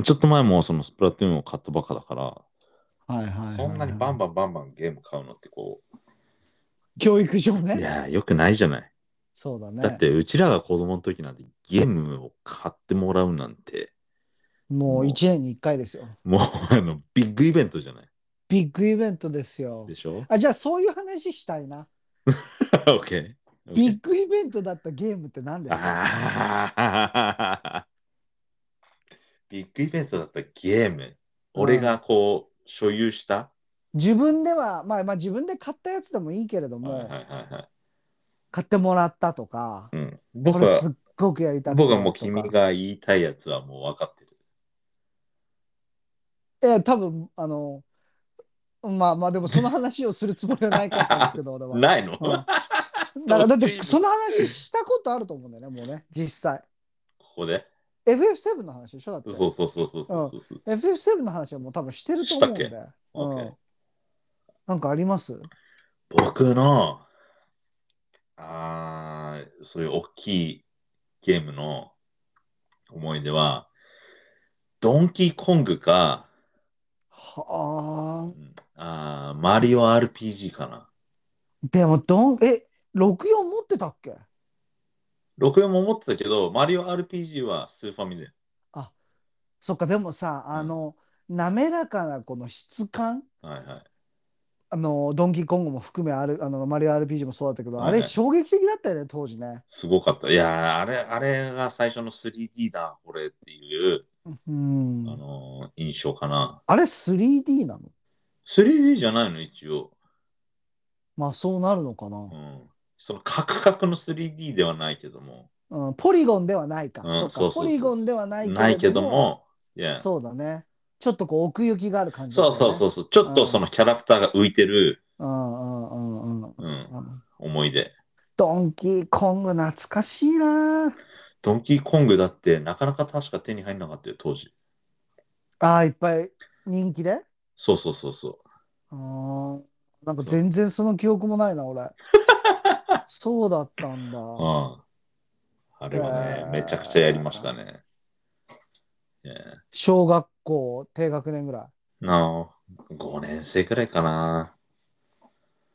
ちょっと前もそのスプラトゥーンを買ったばっかだから、はいはいはいはいそんなにバンバンバンバンゲーム買うのってこ教育上う、いねやー、よくないじゃない。そうだねだってうちらが子供の時なんてゲームを買ってもらうなんてもう1年に1回ですよもうあのビッグイベントじゃないビッグイベントですよでし ょあじゃあそういう話したいな ?OK。ビッグイベントだったゲームって何ですかあービッグイベントだったゲーム。俺がこう所有した。自分では、まあ、まあ自分で買ったやつでもいいけれども、はいはいはいはい買ってもらったとかうん、こ僕れすはっごくやりたくて僕はもう君とかが言いたいやつはもう分かってる。ええ多分あのまあまあでもその話をするつもりはないかったんです けど俺はないの、うんこだからだどっうしていいてのその話したことあると思うんだよねもうね実際こで FF7 の話でしょだってそうそうそうそうそうそうそう。 FF7 の話はもう多分してると思うんでしたうん OK なんかあります僕のあーそういう大きいゲームの思い出はドンキーコングかはあうんあーマリオ RPG かなでもどんえ64持ってたっけ64も持ってたけどマリオ RPG はスーファミでそっかでもさあの、滑らかなこの質感はいはいあのドンキーコングも含めあるあのマリオ RPG もそうだったけど、はいあれ衝撃的だったよね当時ねすごかったいやーあれあれが最初の 3D だこれっていう、うんあのー印象かなあれ 3D なの 3D じゃないの一応、まあそうなるのかなう、ん、そのカクカクの 3D ではないけどもうんポリゴンではないか、うんそっかそうそうそうポリゴンではないけれどもないけども、いやそうだねちょっとこう奥行きがある感じだそようね、そうそうそう、ちょっとそのキャラクターが浮いてる、うんうんうんうんうん、あの思い出。ドンキーコング懐かしいなドンキーコングだってなかなか確か手に入んなかったよ、当時。あーいっぱい人気でそうそうそうそあーなんか全然その記憶もないな 俺そうだったんだう。うん。あれはねえ、ーめちゃくちゃやりましたね。 Yeah. 小学校低学年ぐらい No. 5年生くらいかな。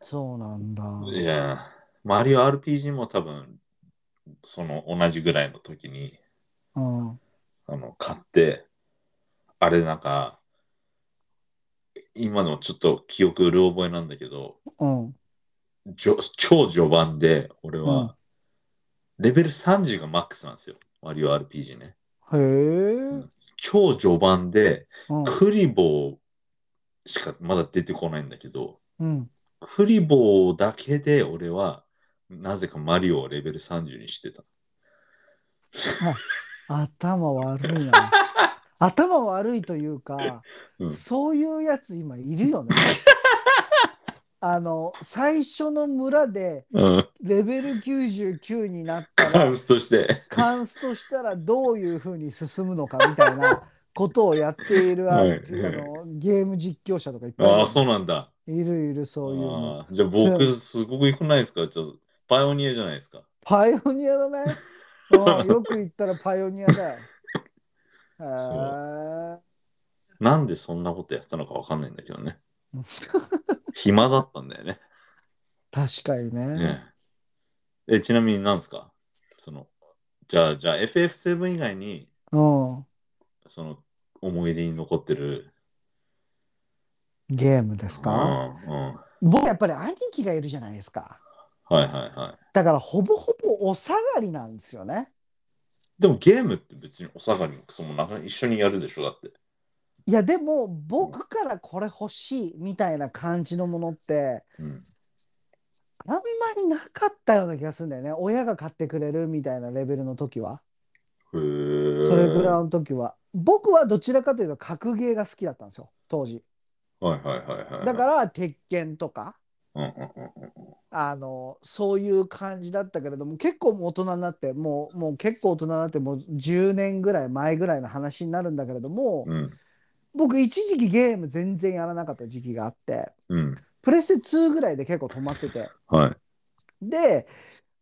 そうなんだ Yeah. マリオ RPG も多分、その同じぐらいの時にうんあの買って、あれなんか、今のちょっと記憶うる覚えなんだけど、うんじょ超序盤で俺は、レベル30がマックスなんですよ。マリオ RPG ね。へえ、ん超序盤で、うんクリボーしかまだ出てこないんだけど、うん、クリボーだけで俺は、なぜかマリオをレベル30にしてた。頭悪いな 頭悪いというか、うんそういうやつ今いるよ ねあの最初の村でうん。レベル99になったカらンスとして。 カンスとしたらどういうふうに進むのかみたいなことをやっているあはいあのゲーム実況者とかいっぱいいるああ、そうなんだ。いるいるそういうの。あーじゃあ僕、すごく良くないですかちょっと、パイオニアじゃないですか。パイオニア だね。うんよく言ったらパイオニアだよ。へえなんでそんなことやったのかわかんないんだけど ね。暇だったんだよね。確かにね。ねええちなみに何ですかその、じゃあ、じゃあ FF7 以外に、うん。その、思い出に残ってる。ゲームですかうん、うん。はい僕やっぱり兄貴がいるじゃないですか。はいはい。だからほぼほぼお下がりなんですよね。でもゲームって別にお下がりもクソもなく一緒にやるでしょだって。いやでも僕からこれ欲しいみたいな感じのものってうん。あんまりなかったような気がするんだよね親が買ってくれるみたいなレベルの時はへえ。それぐらいの時は僕はどちらかというと格ゲーが好きだったんですよ当時はいはいはいはい。、だから鉄拳とからうんうんうんうん。あのそういう感じだったけれども結構もう大人になってもうもう結構大人になってもう10年ぐらい前ぐらいの話になるんだけれどもうん。僕一時期ゲーム全然やらなかった時期があってうん。プレステ2ぐらいで結構止まっててはい。で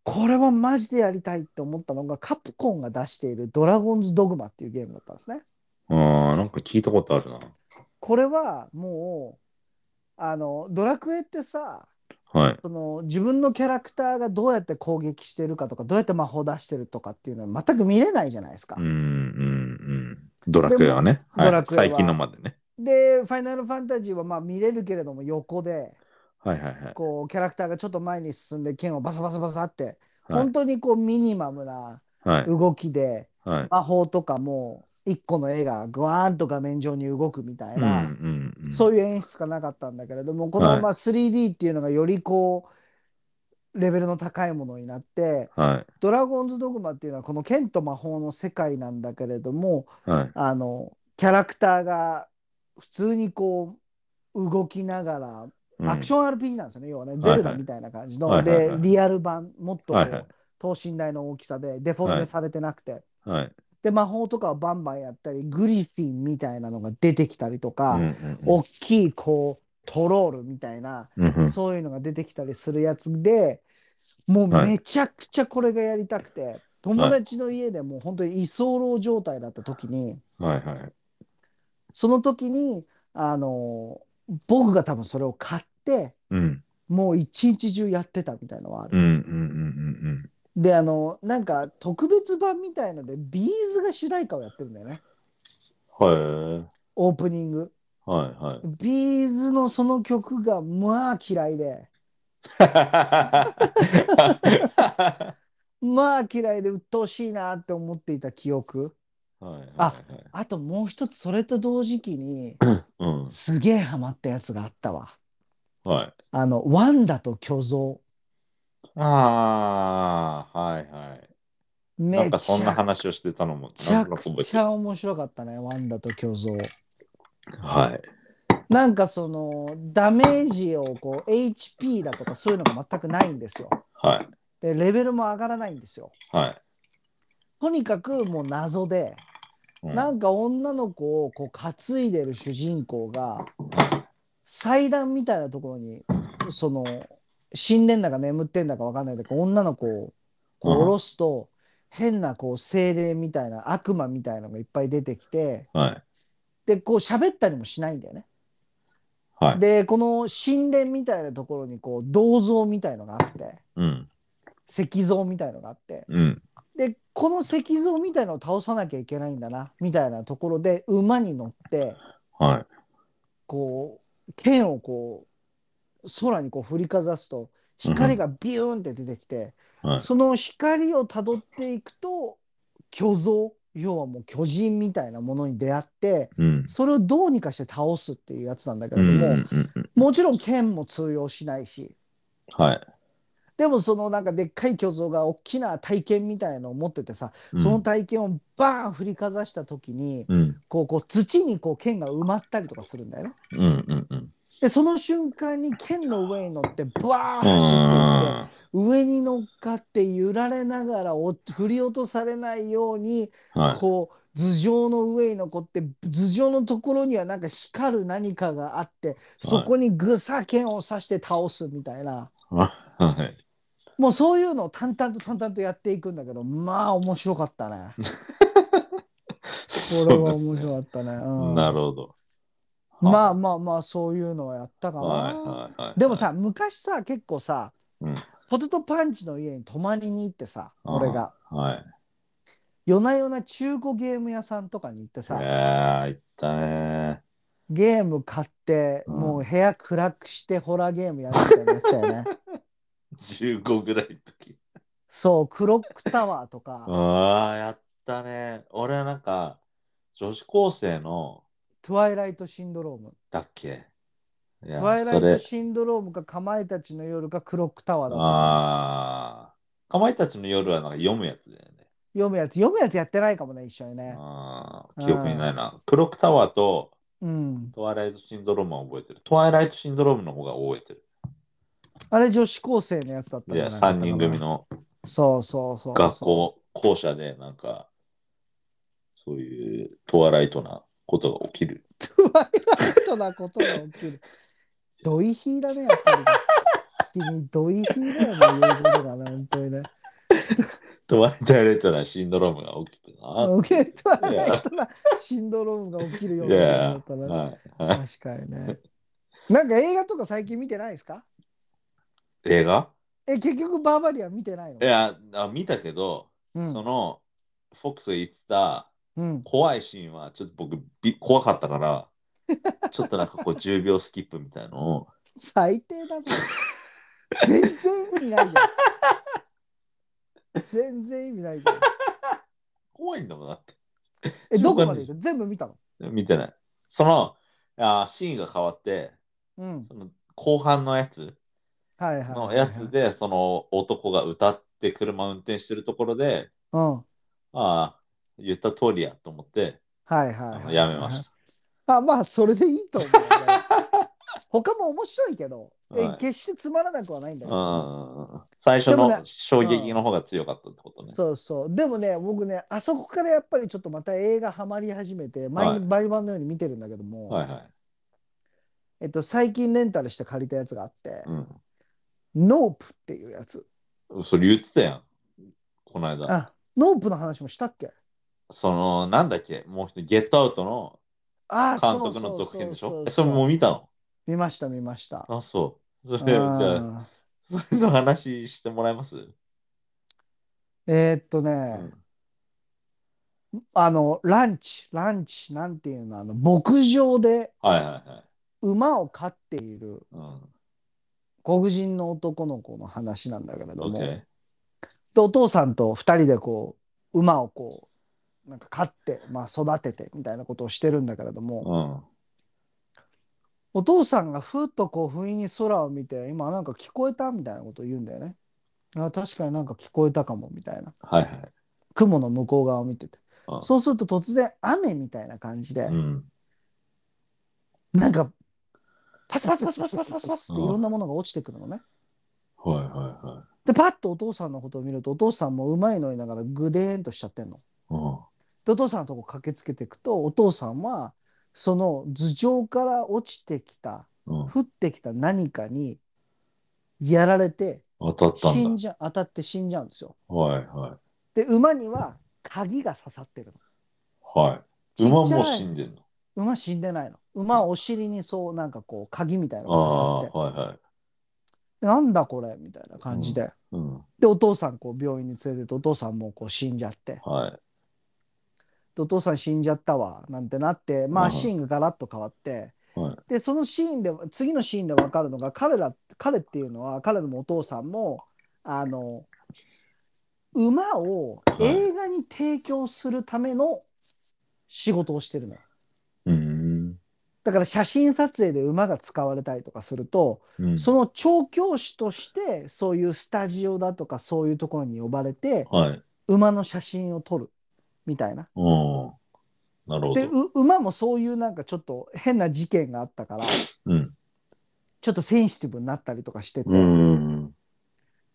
これはマジでやりたいって思ったのがカプコンが出している「ドラゴンズ・ドグマ」っていうゲームだったんですね。ああ、なんか聞いたことあるな。これはもうあのドラクエってさはい。その自分のキャラクターがどうやって攻撃してるかとかどうやって魔法出してるとかっていうのは全く見れないじゃないですか。うんうんうん。ドラクエはね。でもドはラい。クエは最近のまでね。で「ファイナルファンタジー」はまあ見れるけれども横ではいはいはい。こうキャラクターがちょっと前に進んで剣をバサバサバサってはい本当にこうミニマムなはい。動きで。はい。魔法とかも一個の絵がグワーンと画面上に動くみたいうんな、うんうん。そういう演出がなかったんだけれどもこはのいまあ 3D っていうのがよりこうレベルの高いものになっては「ドラゴンズ・ドグマ」っていうのはこの剣と魔法の世界なんだけれどもい。はい。あのキャラクターが普通にこう動きながらうんアクション RPG なんですよね、要はね、いゼルダみたいな感じの、はいはいはでいリアル版もっとこう、はいはい等身大の大きさでデフォルメされてなくて、はい。で魔法とかをバンバンやったりグリフィンみたいなのが出てきたりとか、うんうんうん大きいこうトロールみたいな、うんうんそういうのが出てきたりするやつでもうはいめちゃくちゃこれがやりたくて、友達の家でもう本当に居候状態だった時にはいはい。その時にあの僕が多分それを買ってうんもう一日中やってたみたいのはあうる。んうんうんであのなんか特別版みたいのでビーズが主題歌をやってるんだよねうんうん。はい。オープニング。はいはい。 ビーズのその曲がまあ嫌いではまあ嫌いで鬱陶しいなって思っていた記憶いああともう一つそれと同時期にうん。すげえハマったやつがあったわはい。あのワンダと巨像ああ、はいはい。なめんちかそんなゃ話をしてたのも、くちなゃんとなく覚くえてちゃ面白かったねワンダと巨像るはい。なんかそのダメージをこう HP だとかそういうのが全くないんですよはい。でレベルも上がらないんですよはい。とにかくもう謎でうんなんか女の子をこう担いでる主人公が祭壇みたいなところにその死んでんだか眠ってんだか分かんないんだけど女の子をこううん下ろすと変なこう精霊みたいな悪魔みたいなのがいっぱい出てきてはい。でこう喋ったりもしないんだよね。はい。でこの神殿みたいなところにこう銅像みたいのがあってうん。石像みたいのがあってうん。でこの石像みたいのを倒さなきゃいけないんだなみたいなところで馬に乗ってはい。こう剣をこう空にこう振りかざすと光がビューンって出てきて、はいその光をたどっていくと巨像要はもう巨人みたいなものに出会ってうん。それをどうにかして倒すっていうやつなんだけうれんどうも、んうんうん。もちろん剣も通用しないしはい。でもそのなんかでっかい巨像が大きな体験みたいのを持っててさ、うんその体験をバーン振りかざした時にうん。こうこう土にこう剣が埋まったりとかするんだよね。うんうんうん。でその瞬間に剣の上に乗ってブうワー走っていってん上に乗っかって揺られながらお振り落とされないようにはい。こう頭上の上に残って頭上のところにはなんか光る何かがあってそこにぐさ剣を刺して倒すみたいな、はい。もうそういうのを淡々と淡々とやっていくんだけどまあ面白かっ たね。これは面白かったね。うんなるほど。まあはまあまあそういうのはやったかいな。はいはい。でも、さ昔さ結構さ、うんポテトパンチの家に泊まりに行ってさあー俺がはい。夜な夜な中古ゲーム屋さんとかに行ってえさー、いったね。ゲーム買って、うんもう部屋暗くしてホラーゲームやるみたいなやつだよね 15ぐらいの時。そうクロックタワーとかああ、やったね。俺はなんか、女子高生の、トゥワイライトシンドロームだっけいトやゥワイライそれトシンドロームかかまいたちの夜かクロックタワーだったああ。かまいたちの夜はなんか読むやつだよね。読むやつ読むやつやってないかもね一緒にねあうあ、ん記憶にないな。クロックタワーとうんトワイライトシンドロームは覚えてる。トワイライトシンドロームの方が覚えてる。あれ女子高生のやつだったんいじゃや、なかった3かな人組のそうそうそう学校、校舎でなんか、そういうトワイライトなことが起きる。トワイライトなことが起きる。ドイヒーだね、やっぱり。君、ドイヒーだよね、言うことがね、本当にね。トワイライトなシンドロームが起きてな。受けトワイライトなシンドロームが起きるよういなことやだったら、ね、はいはい、確かにね。なんか映画とか最近見てないですか映画え、結局バーバリアン見てないのいやあ、見たけど、うんその、フォックスが言ってたうん。怖いシーンはちょっと僕び怖かった から、ちょっとなんかこう10秒スキップみたいのを。最低だぞ。全然意味ないじゃん。全然意味ないじゃん。怖いんだもんだって。え、どこまで行く全部見たの見てない。そのあーシーンが変わって、うん。その後半のやつはいはいはいはい。のやつで、その男が歌って車運転してるところで、うん。はいああ、言った通りやと思って、はいはあいのはい。やめました。あまあそれでいいと思う。他も面白いけど、え はい決してつまらなくはないんだうんうんよ。うんうん最初でもねの衝撃の方が強かったってことね。そうそうでもね僕ねあそこからやっぱりちょっとまた映画ハマり始めて毎,、はい毎晩のように見てるんだけども、はいはい。えっと、最近レンタルして借りたやつがあってう「ノープ」っていうやつん。それ言ってたやん。この間。あノープの話もしたっけその、なんだっけ、もう一人、ゲットアウトのああ監そう督そのう続編でしそょうえ、そそうれもう見たの見ました見ましたあ、そう。 それ、じあゃあ、ーそれの話してもらえますえーっとね、うんあのランチランチなんていうのあの牧場ではいはいはい。馬を飼っているうん。黒人の男の子の話なんだけれども、 OK。でお父さんと2人でこう馬をこうなんか飼って、まあ、育ててみたいなことをしてるんだけれども、うん。お父さんがふっとこう不意に空を見て今なんか聞こえたみたいなことを言うんだよね。あ確かになんか聞こえたかもみたいなはいはい。雲の向こう側を見ててうんそうすると突然雨みたいな感じで、うん。なんかパスパスパスパスパスパスパスっていろんなものが落ちてくるのね。はいはいはい。でパッとお父さんのことを見るとお父さんも馬に乗りながらぐでーんとしちゃってんの。うん。でお父さんのとこ駆けつけていくとお父さんはその頭上から落ちてきたうん、降ってきた何かにやられて当たった死んんだ。じゃ当たって死んじゃうんですよ。はいはで馬には鍵が刺さってるはい。ちっちゃい馬も死んでんの。の馬死んでないの馬はお尻にそうなんかこう鍵みたいなあのあが刺さっー、はいはい。てなんだこれみたいな感じで、うん。でお父さんこう病院に連れてってお父さんもうこう死んじゃってはい。でお父さん死んじゃったわなんてなってまうあんシーンがガラッと変わって、はいでそのシーンで次のシーンで分かるのが彼ら彼っていうのは彼のお父さんもあの馬を映画に提供するための仕事をしてるのようん。だから写真撮影で馬が使われたりとかするとうん。その調教師としてそういうスタジオだとかそういうところに呼ばれてはい。馬の写真を撮るみたいな。うん。なるほでど。う馬もそういうなんかちょっと変な事件があったからうん。ちょっとセンシティブになったりとかしてて、うん。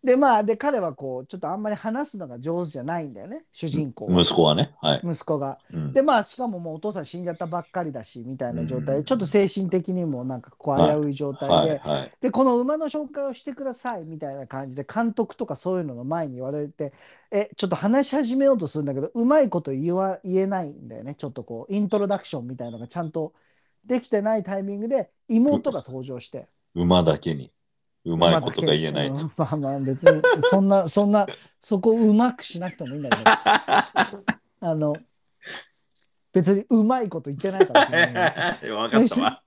でまあで彼はこうちょっとあんまり話すのが上手じゃないんだよね主人公、息子はね。はい。息子が。うんでまあしかももうお父さん死んじゃったばっかりだしみたいな状態で、うんちょっと精神的にもなんかこう危うい状態で、はいはい。でこの馬の紹介をしてくださいみたいな感じで監督とかそういうのの前に言われてえちょっと話し始めようとするんだけどうまいこと言わ言えないんだよねちょっとこうイントロダクションみたいのがちゃんとできてないタイミングで妹が登場して馬だけに。ううまいことが言えないと。んまあまあ別にそんなそ んなそこをうまくしなくてもいいんだけどあの別にうまいこと言ってないからね、わかったわ。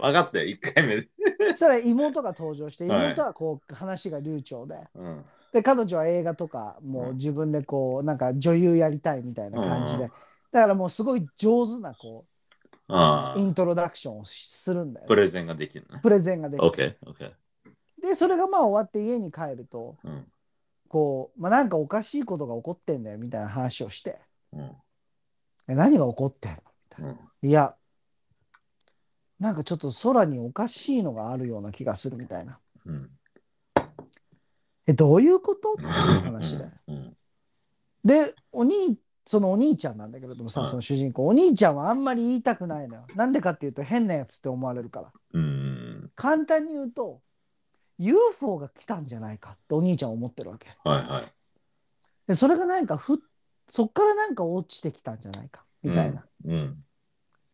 わかったよ、一回目で。そしたら妹が登場してはい妹はこう話が流暢で。うん。で彼女は映画とかもううん自分でこうなんか女優やりたいみたいな感じで、うだからもうすごい上手なこあうあ。イントロダクションをするんだよね、プレゼンができるね。プレゼンができオるッケー、オッケー。でそれがまあ終わって家に帰るとうん。こう、まあ、なんかおかしいことが起こってんだよみたいな話をしてうん。え何が起こってんのうん。いやなんかちょっと空におかしいのがあるような気がするみたいなうん。えどういうことっていう話でうん。で、お兄、そのお兄ちゃんなんだけれどもさ、はいその主人公、お兄ちゃんはあんまり言いたくないのよ。なんでかっていうと、変なやつって思われるから。うん。簡単に言うと、UFO が来たんじゃないかってお兄ちゃんは思ってるわけ。はいはい。で、それがなんかふっ、そっからなんか落ちてきたんじゃないか、みたいな。うん。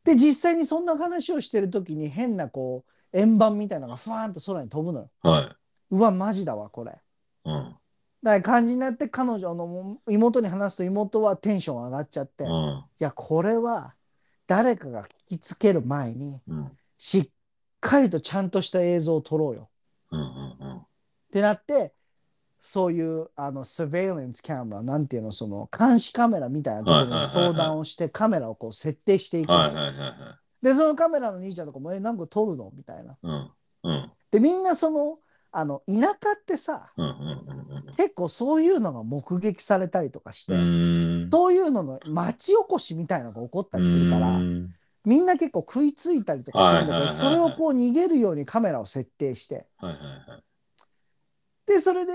で、実際にそんな話をしてる時に、変なこう、円盤みたいなのがふわーんと空に飛ぶのよ。はい。うわ、マジだわ、これ。うん。だから感じになって、彼女のも妹に話すと、妹はテンション上がっちゃって、うん。いや、これは誰かが聞きつける前に、うん。しっかりとちゃんとした映像を撮ろうよ。うん。うん。ってなって、そういう、あの、surveillance camera なんていうの、その、監視カメラみたいなところに相談をして、カメラをこう設定していくの。はいはいはいはい。で、そのカメラの兄ちゃんとかも、え、なんか撮るのみたいな。うん。うん。で、みんなその、あの、田舎ってさ、うん。うん。結構そういうのが目撃されたりとかして、うん。そういうのの町おこしみたいなのが起こったりするから、うん。みんな結構食いついたりとかするんだはいはいけはいはいど、それをこう逃げるようにカメラを設定して、はいはいはい。で、それで、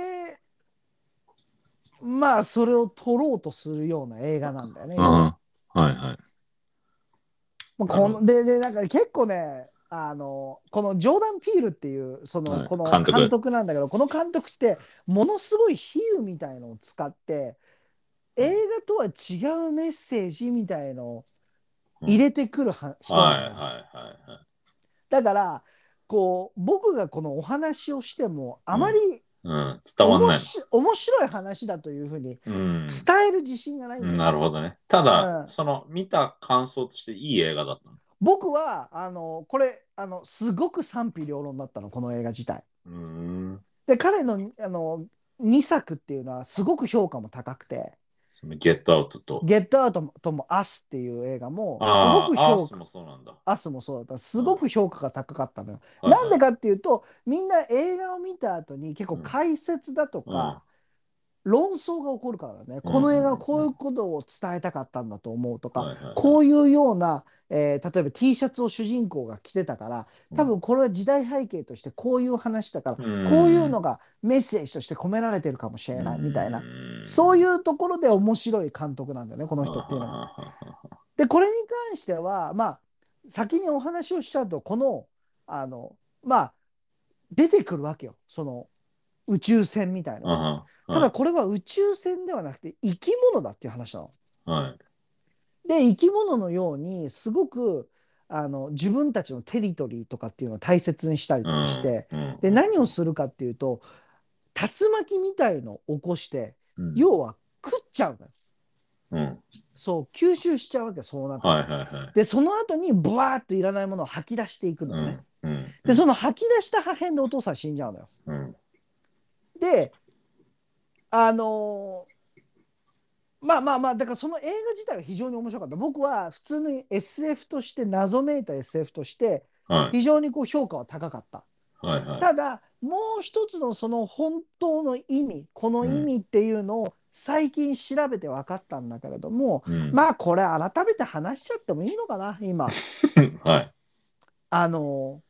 まあ、それを撮ろうとするような映画なんだよね。うん。まはいはい。あこので、で、なんか結構ね、あの、このジョーダン・ピールっていう、そはの、いこの監督監督なんだけど、この監督って、ものすごい比喩みたいのを使って、映画とは違うメッセージみたいのを入れてくるは人はいはなのいよはいはい。だからこう僕がこのお話をしてもあまりうん。伝わん面ない。白,、面白い話だというふうにうん。伝える自信がないんだよなるほどね。ただ、うんその見た感想としていい映画だったの。僕はあのこれあのすごく賛否両論だったのこの映画自体。うん。で彼のあの2作っていうのはすごく評価も高くてそのゲットアウト「と。ゲットアウト」とも「アス」っていう映画もあすごくあ、アー評ス価もそうなんだ。アスもそうだったすごく評価が高かったのよ。はいなんではいかっていうとみんな映画を見た後に結構解説だとか、論争が起こるからね、この映画はこういうことを伝えたかったんだと思うとか、はいはいはいこういうような、えー例えば T シャツを主人公が着てたから多分これは時代背景としてこういう話だから、うんこういうのがメッセージとして込められてるかもしれないみたいな、んそうういうところで面白い監督なんだよねこの人っていうのは。は。でこれに関してはまあ先にお話をしちゃうとこのあのまあ出てくるわけよその宇宙船みたいな。はただこれは宇宙船ではなくて生き物だっていう話なの。はい。で生き物のようにすごくあの自分たちのテリトリーとかっていうのを大切にしたりとかして、うんで何をするかっていうと竜巻みたいのを起こしてうん要は食っちゃうのようん。そう吸収しちゃうわけそうなって、はいはいはい。でその後にブワーッといらないものを吐き出していくのね、うん。でその吐き出した破片でお父さん死んじゃうのようん。であのーまあまあまあだからその映画自体は非常に面白かった僕は普通に SF として謎めいた SF としてはい。非常にこう評価は高かったはいはただもう一つのその本当の意味この意味っていうのを最近調べて分かったんだけれども、い。うん。まあこれ改めて話しちゃってもいいのかな今 はい。あの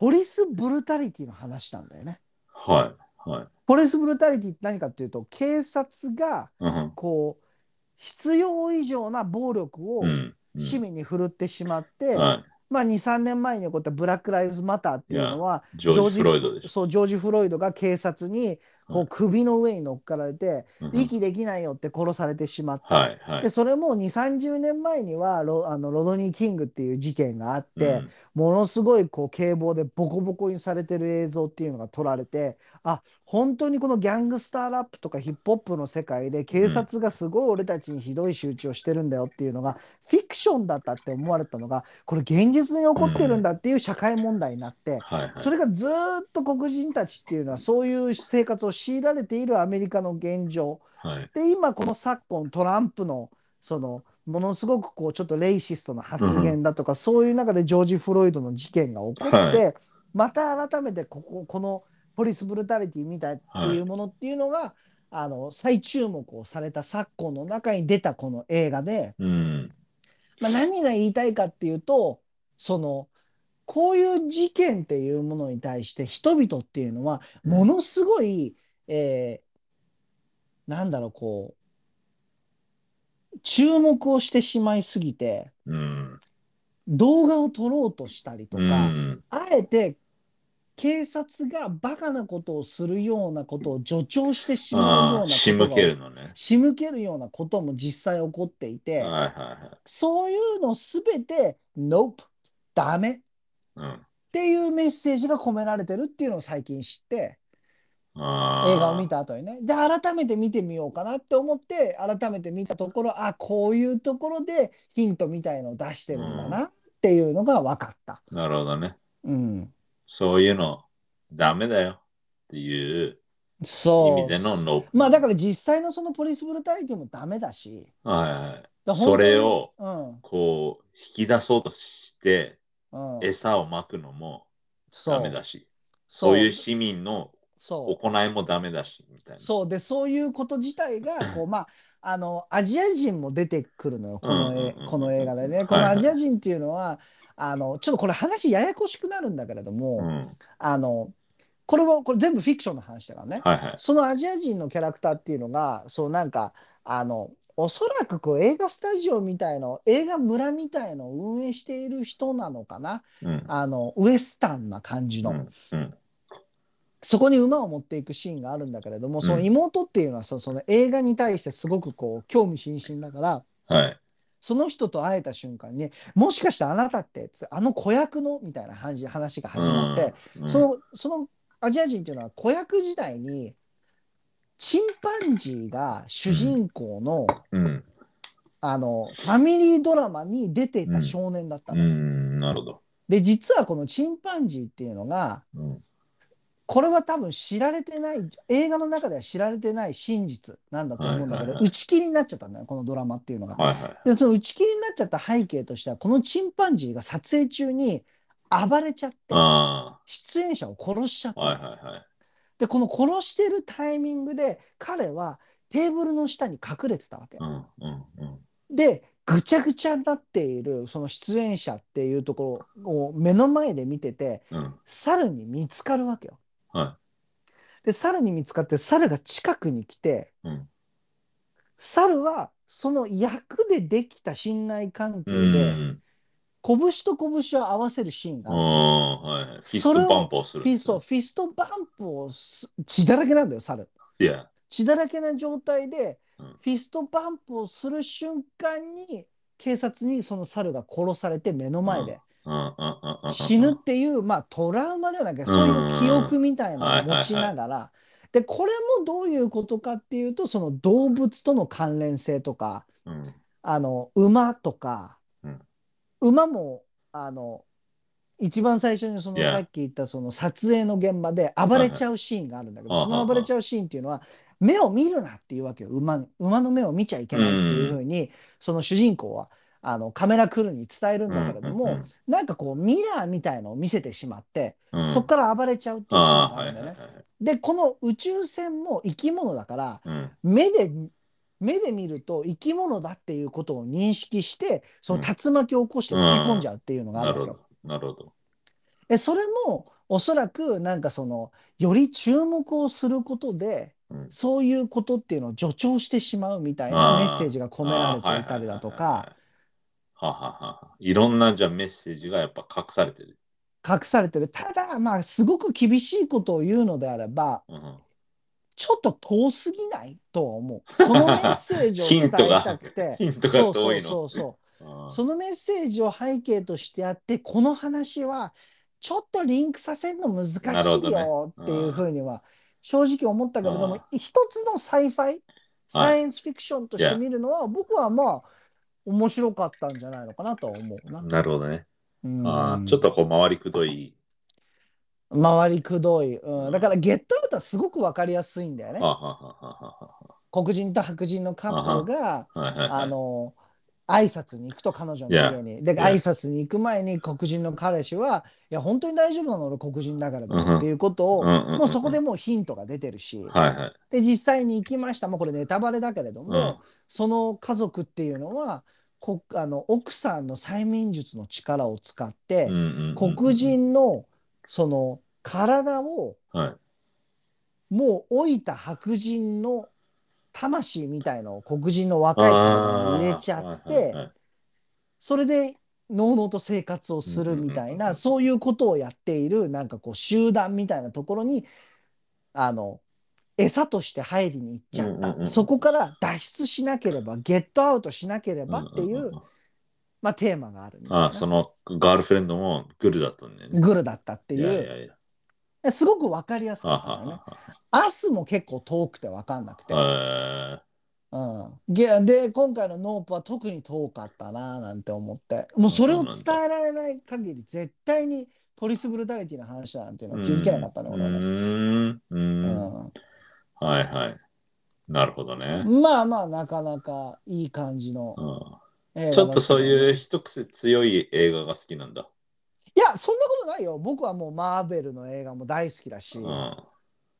ポリスブルタリティの話なんだよねはい。はい。ポリスブルタリティって何かっていうと警察がうん。こう必要以上な暴力をうん。うん市民に振るってしまって、はまあ23年前に起こったブラック・ライズ・マターっていうのは、い。ジョージ・フロイドでしそうジョージ・フロイドが警察にこはうい首の上に乗っかられて、ょ。うん息できないよって殺されてしまった、はいはいで。それも2 3 0年前にはロあのロドニー・キングっていう事件があって、うんものすごいこう警棒でボコボコにされてる映像っていうのが撮られてあ本当にこのギャングスターラップとかヒップホップの世界で警察がすごい俺たちにひどい仕打ちをしてるんだよっていうのがフィクションだったって思われたのがこれ現実に起こってるんだっていう社会問題になって。はいはい。それがずーっと黒人たちっていうのはそういう生活を強いられているアメリカの現状はい。で今この昨今トランプのそのものすごくこうちょっとレイシストな発言だとか、そういう中でジョージ・フロイドの事件が起こって、はまた改めてこここのポリスブルタリティみたいっていうものっていうのが、あの再注目をされた昨今の中に出たこの映画で、うん。まあ、何が言いたいかっていうとそのこういう事件っていうものに対して人々っていうのはうんものすごい、えーなんだろうこう注目をしてしまいすぎてうん。動画を撮ろうとしたりとうか、ん。あえて警察がバカなことをするようなことを助長してしまうよああ、うなことが仕向けるのね。仕向けるようなことも実際起こっていて。はいはそういうのすべて、Nope、ダメっいはい。ていうメッセージが込められてるっていうのを最近知って、うん。ああ。映画を見た後にね。で、改めて見てみようかなって思って、改めて見たところ、あ、こういうところでヒントみたいのを出してるんだなっていうのが分かった。なるほどね。うん。そういうの、ダメだよっていう意そう。味でのノープ。まあだから実際のそのポリスブルタリティもダメだし、はいはい。だから本当にそれを、うん、こう、引き出そうとして、うん。餌をまくのもそうダメだし、そういうそう市民のそう行いもダメだし、みたいな。そうでそういうこと自体がこう、まあ、あのアジア人も出てくるのよこの,、うんうんうんこの映画でね。いこのアジア人っていうのはあのちょっとこれ話ややこしくなるんだけれども、うん。あのこれはこれ全部フィクションの話だからね、はいはい。そのアジア人のキャラクターっていうのがそうなんかあのおそらくこう映画スタジオみたいの映画村みたいのを運営している人なのかなうん。あのウエスタンな感じの。うんうんそこに馬を持っていくシーンがあるんだけれども、その妹っていうのはそその映画に対してすごくこう興味津々だからはい。その人と会えた瞬間にもしかしてあなたってつあの子役のみたいな話話が始まって、うんそのそのアジア人っていうのは子役時代にチンパンジーが主人公の,、うん。あのファミリードラマに出ていた少年だったうの、ん。なるほど。で実はこのチンパンジーっていうのがうん。これは多分知られてない映画の中では知られてない真実なんだと思うんはだけいはいどはい打ち切りになっちゃったんだよこのドラマっていうのが。はいはい。でその打ち切りになっちゃった背景としてはこのチンパンジーが撮影中に暴れちゃってあ出演者を殺しちゃっあ。はいた。はいはい。でこの殺してるタイミングで彼はテーブルの下に隠れてたわけう。ん。うん。うん。でぐちゃぐちゃになっているその出演者っていうところを目の前で見ててうん。猿に見つかるわけよ。はで猿に見つかって猿が近くに来て、うん猿はその役でできた信頼関い。係うで、ん。拳と拳を合わせるシーンあがあるあ、はいはい。フィスそれをトバンプをする。フィストフィストバンプをす血だらけなんだよ猿いや。血だらけな状態で、うんフィストパンプをする瞬間に警察にその猿が殺されて目の前でうんうんうんうん死ぬっていう、まあ、トラウマではなくてうんそういう記憶みたいなのを持ちながらでこれもどういうことかっていうとその動物との関連性とかうんあの馬とか、うん馬もあの一番最初にその Yeah. さっき言ったその撮影の現場で暴れちゃうシーンがあるんだけはいはどそいの暴れちゃうシーンっていうのは目を見るなっていうわけよ馬馬の目を見ちゃいけないっていうふうにその主人公はあのカメラクルーに伝えるんだけれどうんうもんなんかこうミラーみたいのを見せてしまってうんうんそこから暴れちゃうっていうシあーンがああはるいんだはいよはいね。でこの宇宙船も生き物だからうん目で目で見ると生き物だっていうことを認識してその竜巻を起こして吸い込んじゃうっていうのがあなるるわけほよ。どなるほどでそれもおそらくなんかそのより注目をすることでうんそういうことっていうのを助長してしまうみたいなメッセージが込められていたりだとかああはいはいはいはいははははいろんなじゃあメッセージがやっぱ隠されてる隠されてるただまあすごく厳しいことを言うのであればうんちょっと遠すぎないとは思うそのメッセ ージを伝えたくてヒントそがうそ遠ういのそうそううんそのメッセージを背景としてあってこの話はちょっとリンクさせるの難しなるほいよどねっていうふうには正直思ったけれども一つのサイファイサイエンスフィクションとして見るのは僕はまあ面白かったんじゃないのかなとは思うな。なるほどねうんああちょっとこう回りくどい回りくどい、うん、だからゲットアウトはすごく分かりやすいんだよねあ。ははは黒人と白人のカップルがははいはいはいあの挨拶に行くと彼女の家に。で、 Yeah. 挨拶に行く前に黒人の彼氏は、いや、本当に大丈夫なの俺黒人だからだうんうんっていうことを、んんんんもうそこでもうヒントが出てるし、はいはいで、実際に行きました。もうこれネタバレだけれども、うんその家族っていうのは、こあの奥さんの催眠術の力を使って、うんうんうん黒人のその体をはいもう老いた白人の魂みたいのを黒人の若い体に入れちゃあっーはいはいてはいそれでのうのうと生活をするみたいうんうんうなんそういうことをやっているなんかこう集団みたいなところにあの餌として入りに行っちゃうんうんうったんそこから脱出しなければゲットアウトしなければっていんんうんんまあテーマがあるみたいあなあそのガールフレンドもグルだったんだよねグルだったっていいやいうやいやすごく分かりやすはかはったのねは。アスも結構遠くて分かんなくて。はうん、げで今回のノープは特に遠かったななんて思ってもうそれを伝えられない限り絶対にポリスブルタリティの話だなんていうえのーは気づけなかったの、う俺もーんううーんんはいはいなるほどねまあまあなかなかいい感じのうん映画だたちょっとそういうい一癖強い映画が好きなんだやそんなことないよ僕はもうマーベルの映画も大好きだし、うんあ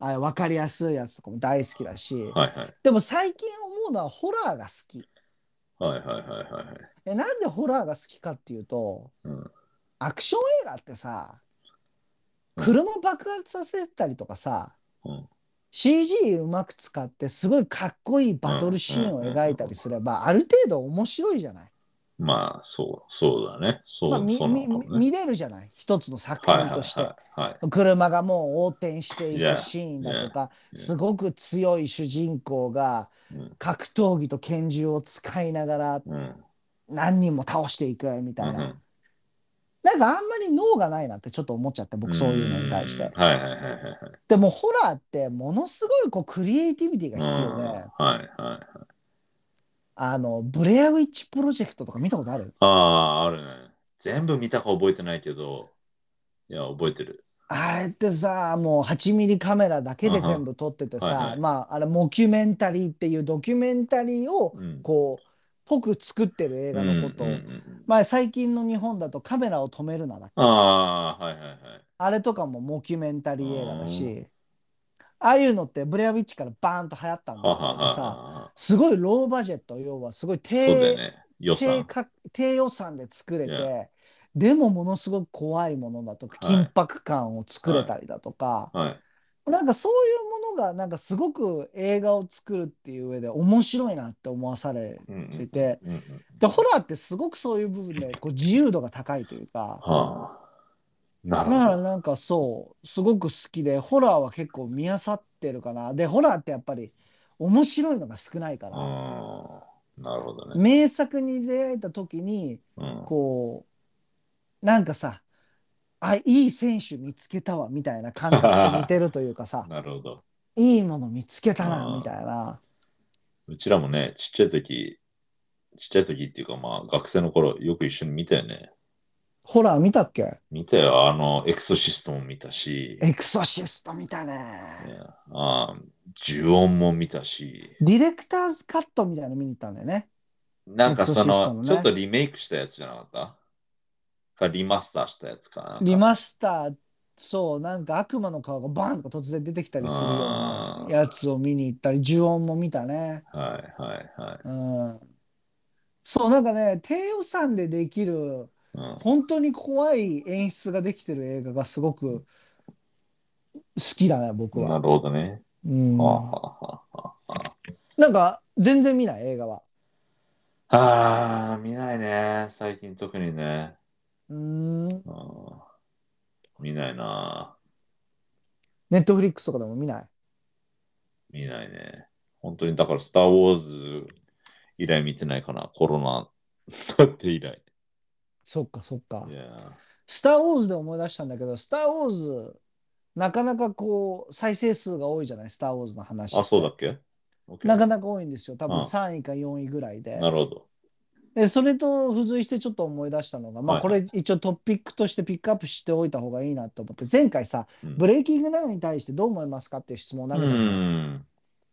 はれ分かりやすいやつとかも大好きだし、いはいでも最近思うのはホラーが好きはいはいはいはいはいえなんでホラーが好きかっていうと、うんアクション映画ってさうん車爆発させたりとかさ、うん CG うまく使ってすごいかっこいいバトルシーンを描いたりすれば、ある程度面白いじゃない、まあそうそうだねそうまあ、みそうなのみかもね見れるじゃない一つの作はいはい品はいとして。はい車がもう横転してい Yeah. くシーンだとか、 Yeah. すごく強い主人公がうん格闘技と拳銃を使いながらうん何人も倒していくみうたいな、んなんかあんまり脳がないなってちょっと思っちゃってう僕んそういうのに対して。はいはいはいはいはいでもホラーってものすごいこうクリエイティビティが必要で、うんはいはいあのブレアウィッチプロジェクトとか見たことあるああ、あるね。全部見たか覚えてないけど、いや、覚えてる。あれってさもう8ミリカメラだけで全部撮っててさ、うんはいはいまああれモキュメンタリーっていうドキュメンタリーをうんこうぽく作ってる映画のことを、うんうんうんまあ、最近の日本だと「カメラを止めるなら」ああ、はいはいはい。あれとかもモキュメンタリー映画だし、ああいうのってブレアウィッチからバーンと流行ったんだははけどはさ、は。すごいローバジェット、要はすごい低そうだよね。予低算。価低予算で作れて、 Yeah. でもものすごく怖いものだとか、はい緊迫感を作れたりだとか、はい。なんかそういうものが、なんかすごく映画を作るっていう上で面白いなって思わされうんうんてて、うんうんで、ホラーってすごくそういう部分でこう自由度が高いというか、はあ。なだるかほらなんかそうすごく好きでホラーは結構見あさってるかなでホラーってやっぱり面白いのが少ないから、あーなるほどね。名作に出会えた時にうんこうなんかさあいい選手見つけたわみたい な感覚と似てるというかさなるほど。いいもの見つけたあなーみたいなうちらもね、ちっちゃい時、ちっちゃい時っていうかまあ学生の頃よく一緒に見たよね。ホラー見たっけ見たよ。あの、エクソシストも見たし、エクソシスト見たねねあー呪音も見たし、ディレクターズカットみたいなの見に行ったんだよねなんかそエクソシストの、もねちょっとリメイクしたやつじゃなかったかリマスターしたやつかなんかリマスターそうなんか悪魔の顔がバーンとか突然出てきたりするようなやつを見に行ったり呪音も見たねはいはいはい。うんそうなんかね低予算でできるうん本当に怖い演出ができてる映画がすごく好きだね僕なはる、ほどね。うん、はあはあはあなんか全然見ない映画はああ、見ないね。最近特にね。うーんうん見ないな。ネットフリックスとかでも見ない見ないね。本当に、だから、スター・ウォーズ以来見てないかな。コロナだって以来。そっかそっかいやスター・ウォーズで思い出したんだけど、スター・ウォーズ、なかなかこう、再生数が多いじゃない、スター・ウォーズの話って。あ、そうだっけ ?OK なかなか多いんですよ。多分うん3位か4位ぐらいで。なるほど。で、それと付随してちょっと思い出したのが、まあはいこれ一応トピックとしてピックアップしておいた方がいいなと思って、前回さ、うんブレイキングダウンに対してどう思いますかっていう質問を投うげたじゃないん。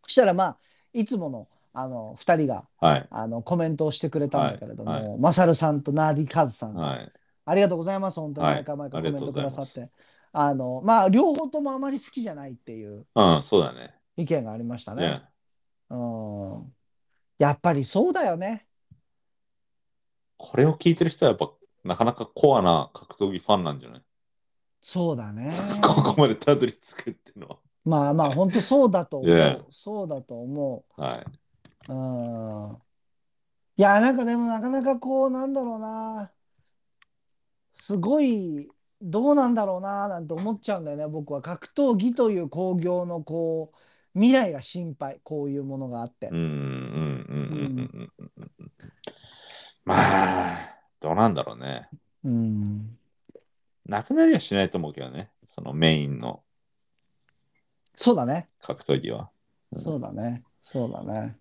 そしたらまあ、いつもの、あの、2人が、はい。あの、コメントをしてくれたんだけれどはいはも、マサルさんとナーディカズさんが、はい。ありがとうございます。本当にはい毎回毎回あコりメがンとうトごくざいだますさって。あの、まあ、両方ともあまり好きじゃないっていううん、そうだね。意見がありましたね。ねうん。やっぱりそうだよね。これを聞いてる人は、やっぱ、なかなかコアな格闘技ファンなんじゃない そうだね。ここまでたどり着くっていうのまあまあ、本当そうだと思ねう。そうだと思は。はい。う。うん。いや、なんかでもなかなかこう、なんだろうな。すごい、どうなんだろうな、なんて思っちゃうんだよね。僕は格闘技という興行のこう、未来が心配。こういうものがあってうん。うんうんうんうんうんうんうん。まあ、どうなんだろうね。うん。なくなりはしないと思うけどね。そのメインのそうだね。格闘技は。うんそうだね。そうだね。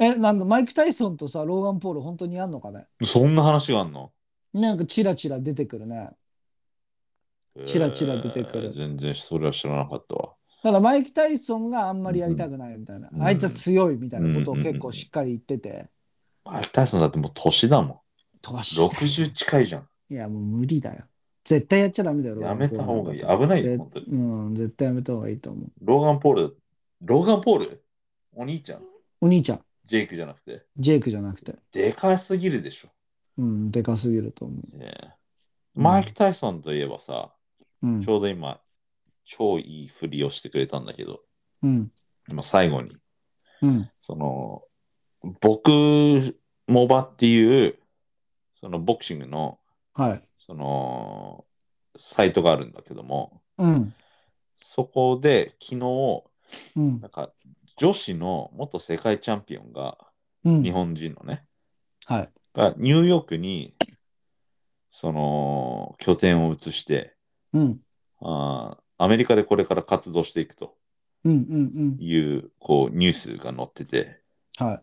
え、なんだ、マイク・タイソンとさ、ローガン・ポール、本当にやんのかねそんな話があんのなんか、チラチラ出てくるね。チラチラ出てくるえー全然それは知らなかったわ。ただ、マイク・タイソンがあんまりやりたくないみたいな。うんあいつは強いみたいなことを結構しっかり言ってて。マイク・タイソンだってもう年だもとん。60近いじゃん。いや、もう無理だよ。絶対やっちゃダメだよ、やめた方がいい。ロー危ガンポールないぜよ、本当に。うん、絶対やめた方がいいと思う。ローガン・ポール、ローガン・ポールお兄ちゃん。お兄ちゃん、ジェイクじゃなくて。ジェイクじゃなくて。でかすぎるでしょ。うん、でかすぎると思ねえマイク・タイソンといえばさ、う。うんち。ょうど今、超いい振りをしてくれたんだけど、うん。今最後に、うん。その、僕、モバっていう、そのボクシングの、はい。その、サイトがあるんだけども、うん。そこで昨日、うんな。んか、女子の元世界チャンピオンが、うん日。本人のね、はい。がニューヨークに、その、拠点を移して、うん。あーアメリカでこれから活動していくとうん。うん。いう、こう、ニュースが載ってて、うん。は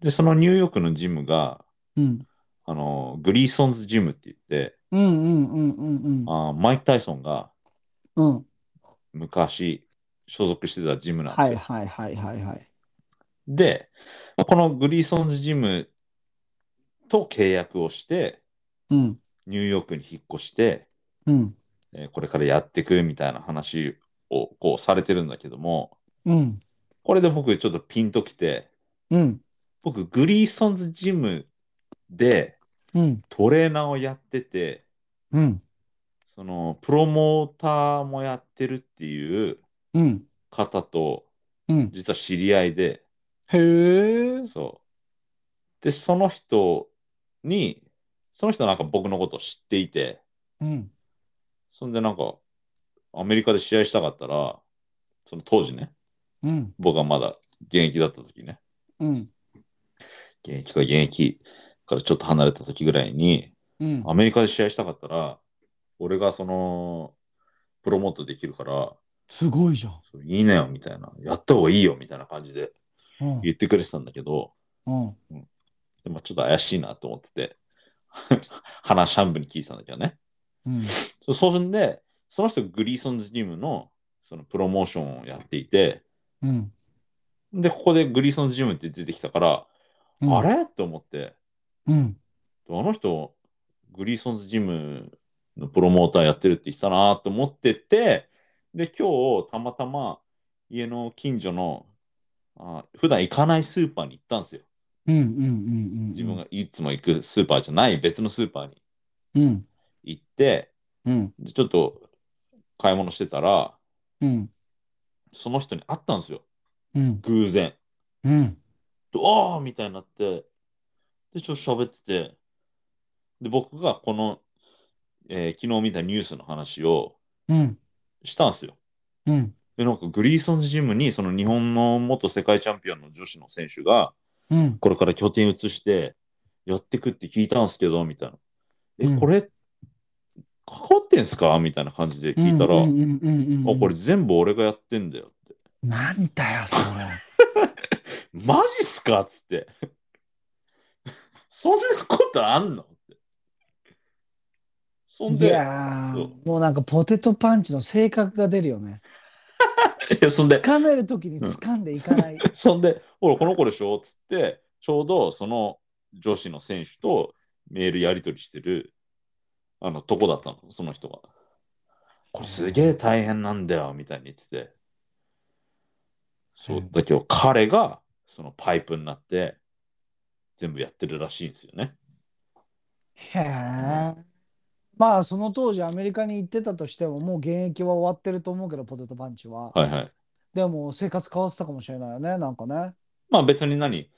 で、そのニューヨークのジムが、い。うん。あの、グリーソンズジムって言って、うんうんうんうんあーマイク・タイソンがうん。うん。昔所属してたジムなんですはよ。いはいはいはいはい。で、このグリーソンズジムと契約をして、うんニューヨークに引っ越して、うんえーこれからやっていくみたいな話をこうされてるんだけども、うんこれで僕ちょっとピンときて、うん僕グリーソンズジムでうんトレーナーをやってて、うんそのプロモーターもやってるっていううん方とうん。実は知り合いで、へえ。そう。で、その人に、その人なんか僕のことを知っていて、うんそんでなんか、アメリカで試合したかったら、その当時ね、うん僕はまだ現役だった時ね。うん。現役か現役からちょっと離れた時ぐらいに、うん。アメリカで試合したかったら、俺がその、プロモートできるから、すごいじゃん。それいいねよ、みたいな。やった方がいいよ、みたいな感じでうん。言ってくれてたんだけど、うん。でもちょっと怪しいなと思って て、話半分に聞いてたんだけどね。うん。そうそんで、その人グリーソンズジムのそのプロモーションをやっていて、うん。で、ここでグリーソンズジムって出てきたから、うんあれと思って、うん。あの人、グリーソンズジムのプロモーターやってるって言ってたなと思ってて、で、今日、たまたま家の近所の、あ普段行かないスーパーに行ったんですよ。うん。うん。うん。自分がいつも行くスーパーじゃない別のスーパーにうん。行って、うん。でちょっと買い物してたら、うん。その人に会ったんですよ。うん。偶然。うん。でああみたいになって、で、ちょっと喋ってて、で、僕がこの、えー昨日見たニュースの話をうん。したんですよ。うん。で、なんかグリーソンズジムに、その日本の元世界チャンピオンの女子の選手が、うん。これから拠点移して、やってくって聞いたんですけど、みたいな。え、うんこれ、かかってんすかみたいな感じで聞いたら、うんうんうんうん、あ、これ。全部俺がやってんだよって。なんだよ、それ。マジっすかっつって。 そんなことあんのって。そんいで、いややそうーもうなんかポテトパンチの性格が出るよね。そんで、掴めるときに掴んでいかない。そんで、ほら、この子でしょっつって、ちょうどその女子の選手とメールやり取りしてる、あの、とこだったの、その人が。これすげえ大変なんだよ、みたいに言ってて。そうう、んだけど彼が、そのパイプになって、全部やってるらしいんですよね。へえ。まあその当時アメリカに行ってたとしてももう現役は終わってると思うけどポテトパンチは。はいはい。でも生活変わってたかもしれないよねなんかね。まあ別に何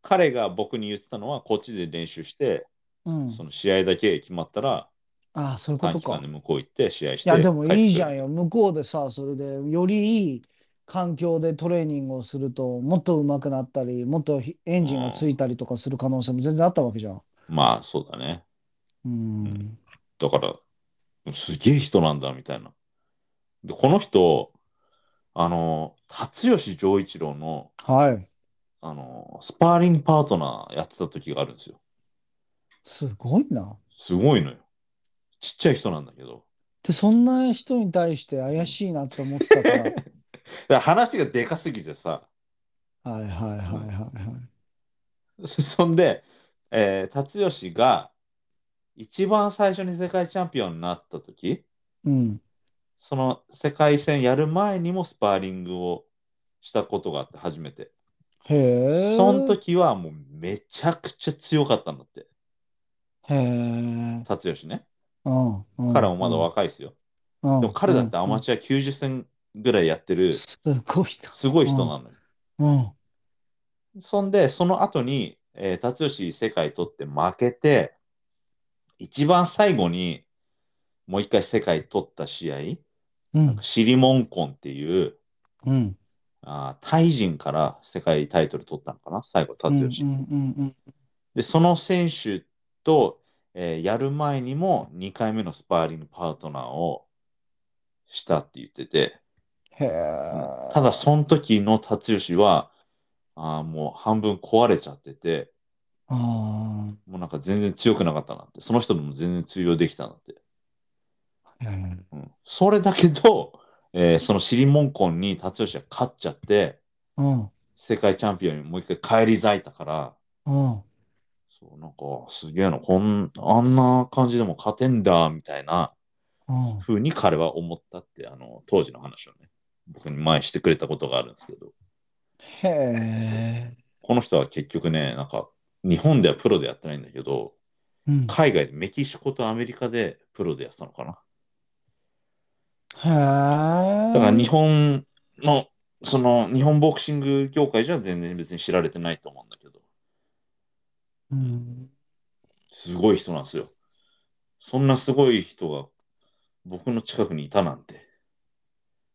彼が僕に言ってたのはこっちで練習して、うん。その試合だけ決まったらああそういうこ短と期間かで。向こう行って試合しいてやでもいいじゃんよよ。向こうでさそれでよりいい環境でトレーニングをするともっと上手くなったりもっとひエンジンがついたりとかする可能性も全然あったわけじゃん。まあそうだねうん。だからすげえ人なんだみたいなでこの人あの辰吉丈一郎のはい。あのスパーリングパートナーやってた時があるんですよすごいな。すごいのよちっちゃい人なんだけどで、そんな人に対して怪しいなって思ってた から。はいだから話がでかすぎてさ はいはいはいはい。そそんで、えー、辰吉が一番最初に世界チャンピオンになった時うん。その世界戦やる前にもスパーリングをしたことがあって初めて、へえ。その時はもうめちゃくちゃ強かったんだってへえ。辰吉ねうん。うん彼もまだ若いですよ、うんでも彼だってアマチュア90戦ぐらいやってるすごいすごい人なのよ、な。うん。そんでその後に、えー、辰吉世界取って負けて一番最後にもう一回世界取った試合、うん。シリモンコンっていう、うん。あータイ人から世界タイトル取ったのかな、最後、うん。達吉、うんうんで、その選手と、えーやる前にも2回目のスパーリングパートナーをしたって言ってて、へえ。ただ、その時の達吉は、あーもう半分壊れちゃってて、あもうなんか全然強くなかったなって、その人でも全然通用できたなって。あ。へえうん、それだけど、えーそのシリモンコンに達吉は勝っちゃって、うん。世界チャンピオンにもう一回返り咲いたから、うん。そう、なんか、すげえな、こん、あんな感じでも勝てんだ、みたいなうん。風に彼は思ったって、あの、当時の話をね、僕に前してくれたことがあるんですけど、へえ。この人は結局ね、なんか、日本ではプロでやってないんだけど、うん。へ海外でメキシコとアメリカでプロでやってたのかな。え。だから日本の、その、日本ボクシング業界じゃ全然別に知られてないと思うんだけど、うん。すごい人なんですよ。そんなすごい人が僕の近くにいたなんて。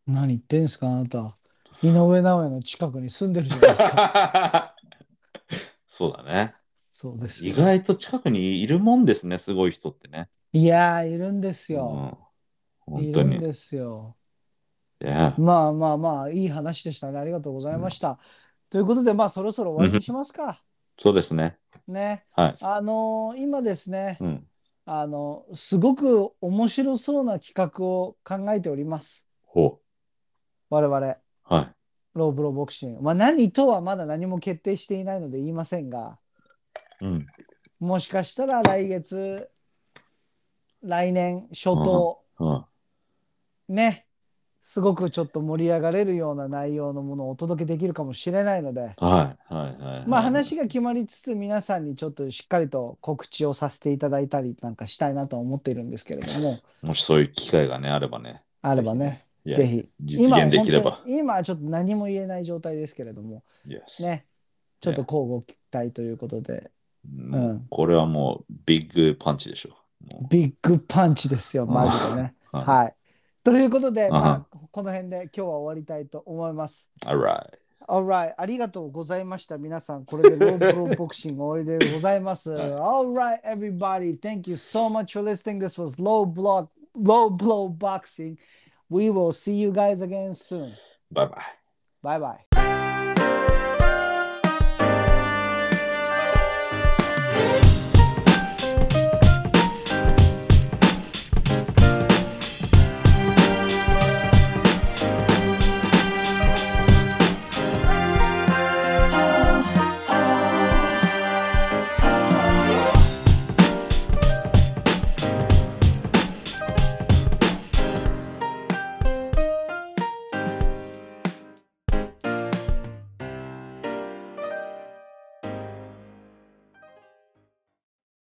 何言ってんすか、あなた。井上尚弥の近くに住んでるじゃないです か。そうだね。そうです意よ。外と近くにいるもんですね、すごい人ってね。いやー、いるんですうんよ。本い当るに。んですよ。 Yeah まあまあまあ、いい話でしたね。ありがとうございました。ということで、まあそろそろ終わりにしますか。そうですね。ね。はい。あのー今ですね、うん。あの、すごく面白そうな企画を考えております。ほ我々、う。はい。ローブローボクシング。まあ何とはまだ何も決定していないので言いませんが、うん。もしかしたら来月、来年初頭、うん。ね、すごくちょっと盛り上がれるような内容のものをお届けできるかもしれないので、はい。はい。はい。まはあい話が決まりつつ皆さんにちょっとしっかりと告知をさせていただいたりなんかしたいなと思っているんですけれど も、もしそういう機会がね、あればね。あればね、 Yeah ぜひ。実今は現できれば本。当に今はちょっと何も言えない状態ですけれども、 Yes ね、ちょっと交互期待ということで、もううんこれはもうビッグパンチでしょ。もビッグパンチですよ、マジでね。うはいはい。ということで、んまあ、この辺で今日は終わりたいと思います。 Alright. Alright, ありがとうございました。皆さん、これでロープロボクシング終わりでございます。はい Alright, everybody, thank you so much for listening. This was Low Block, Low Blow Boxing. We will see you guys again soon. Bye bye. Bye bye.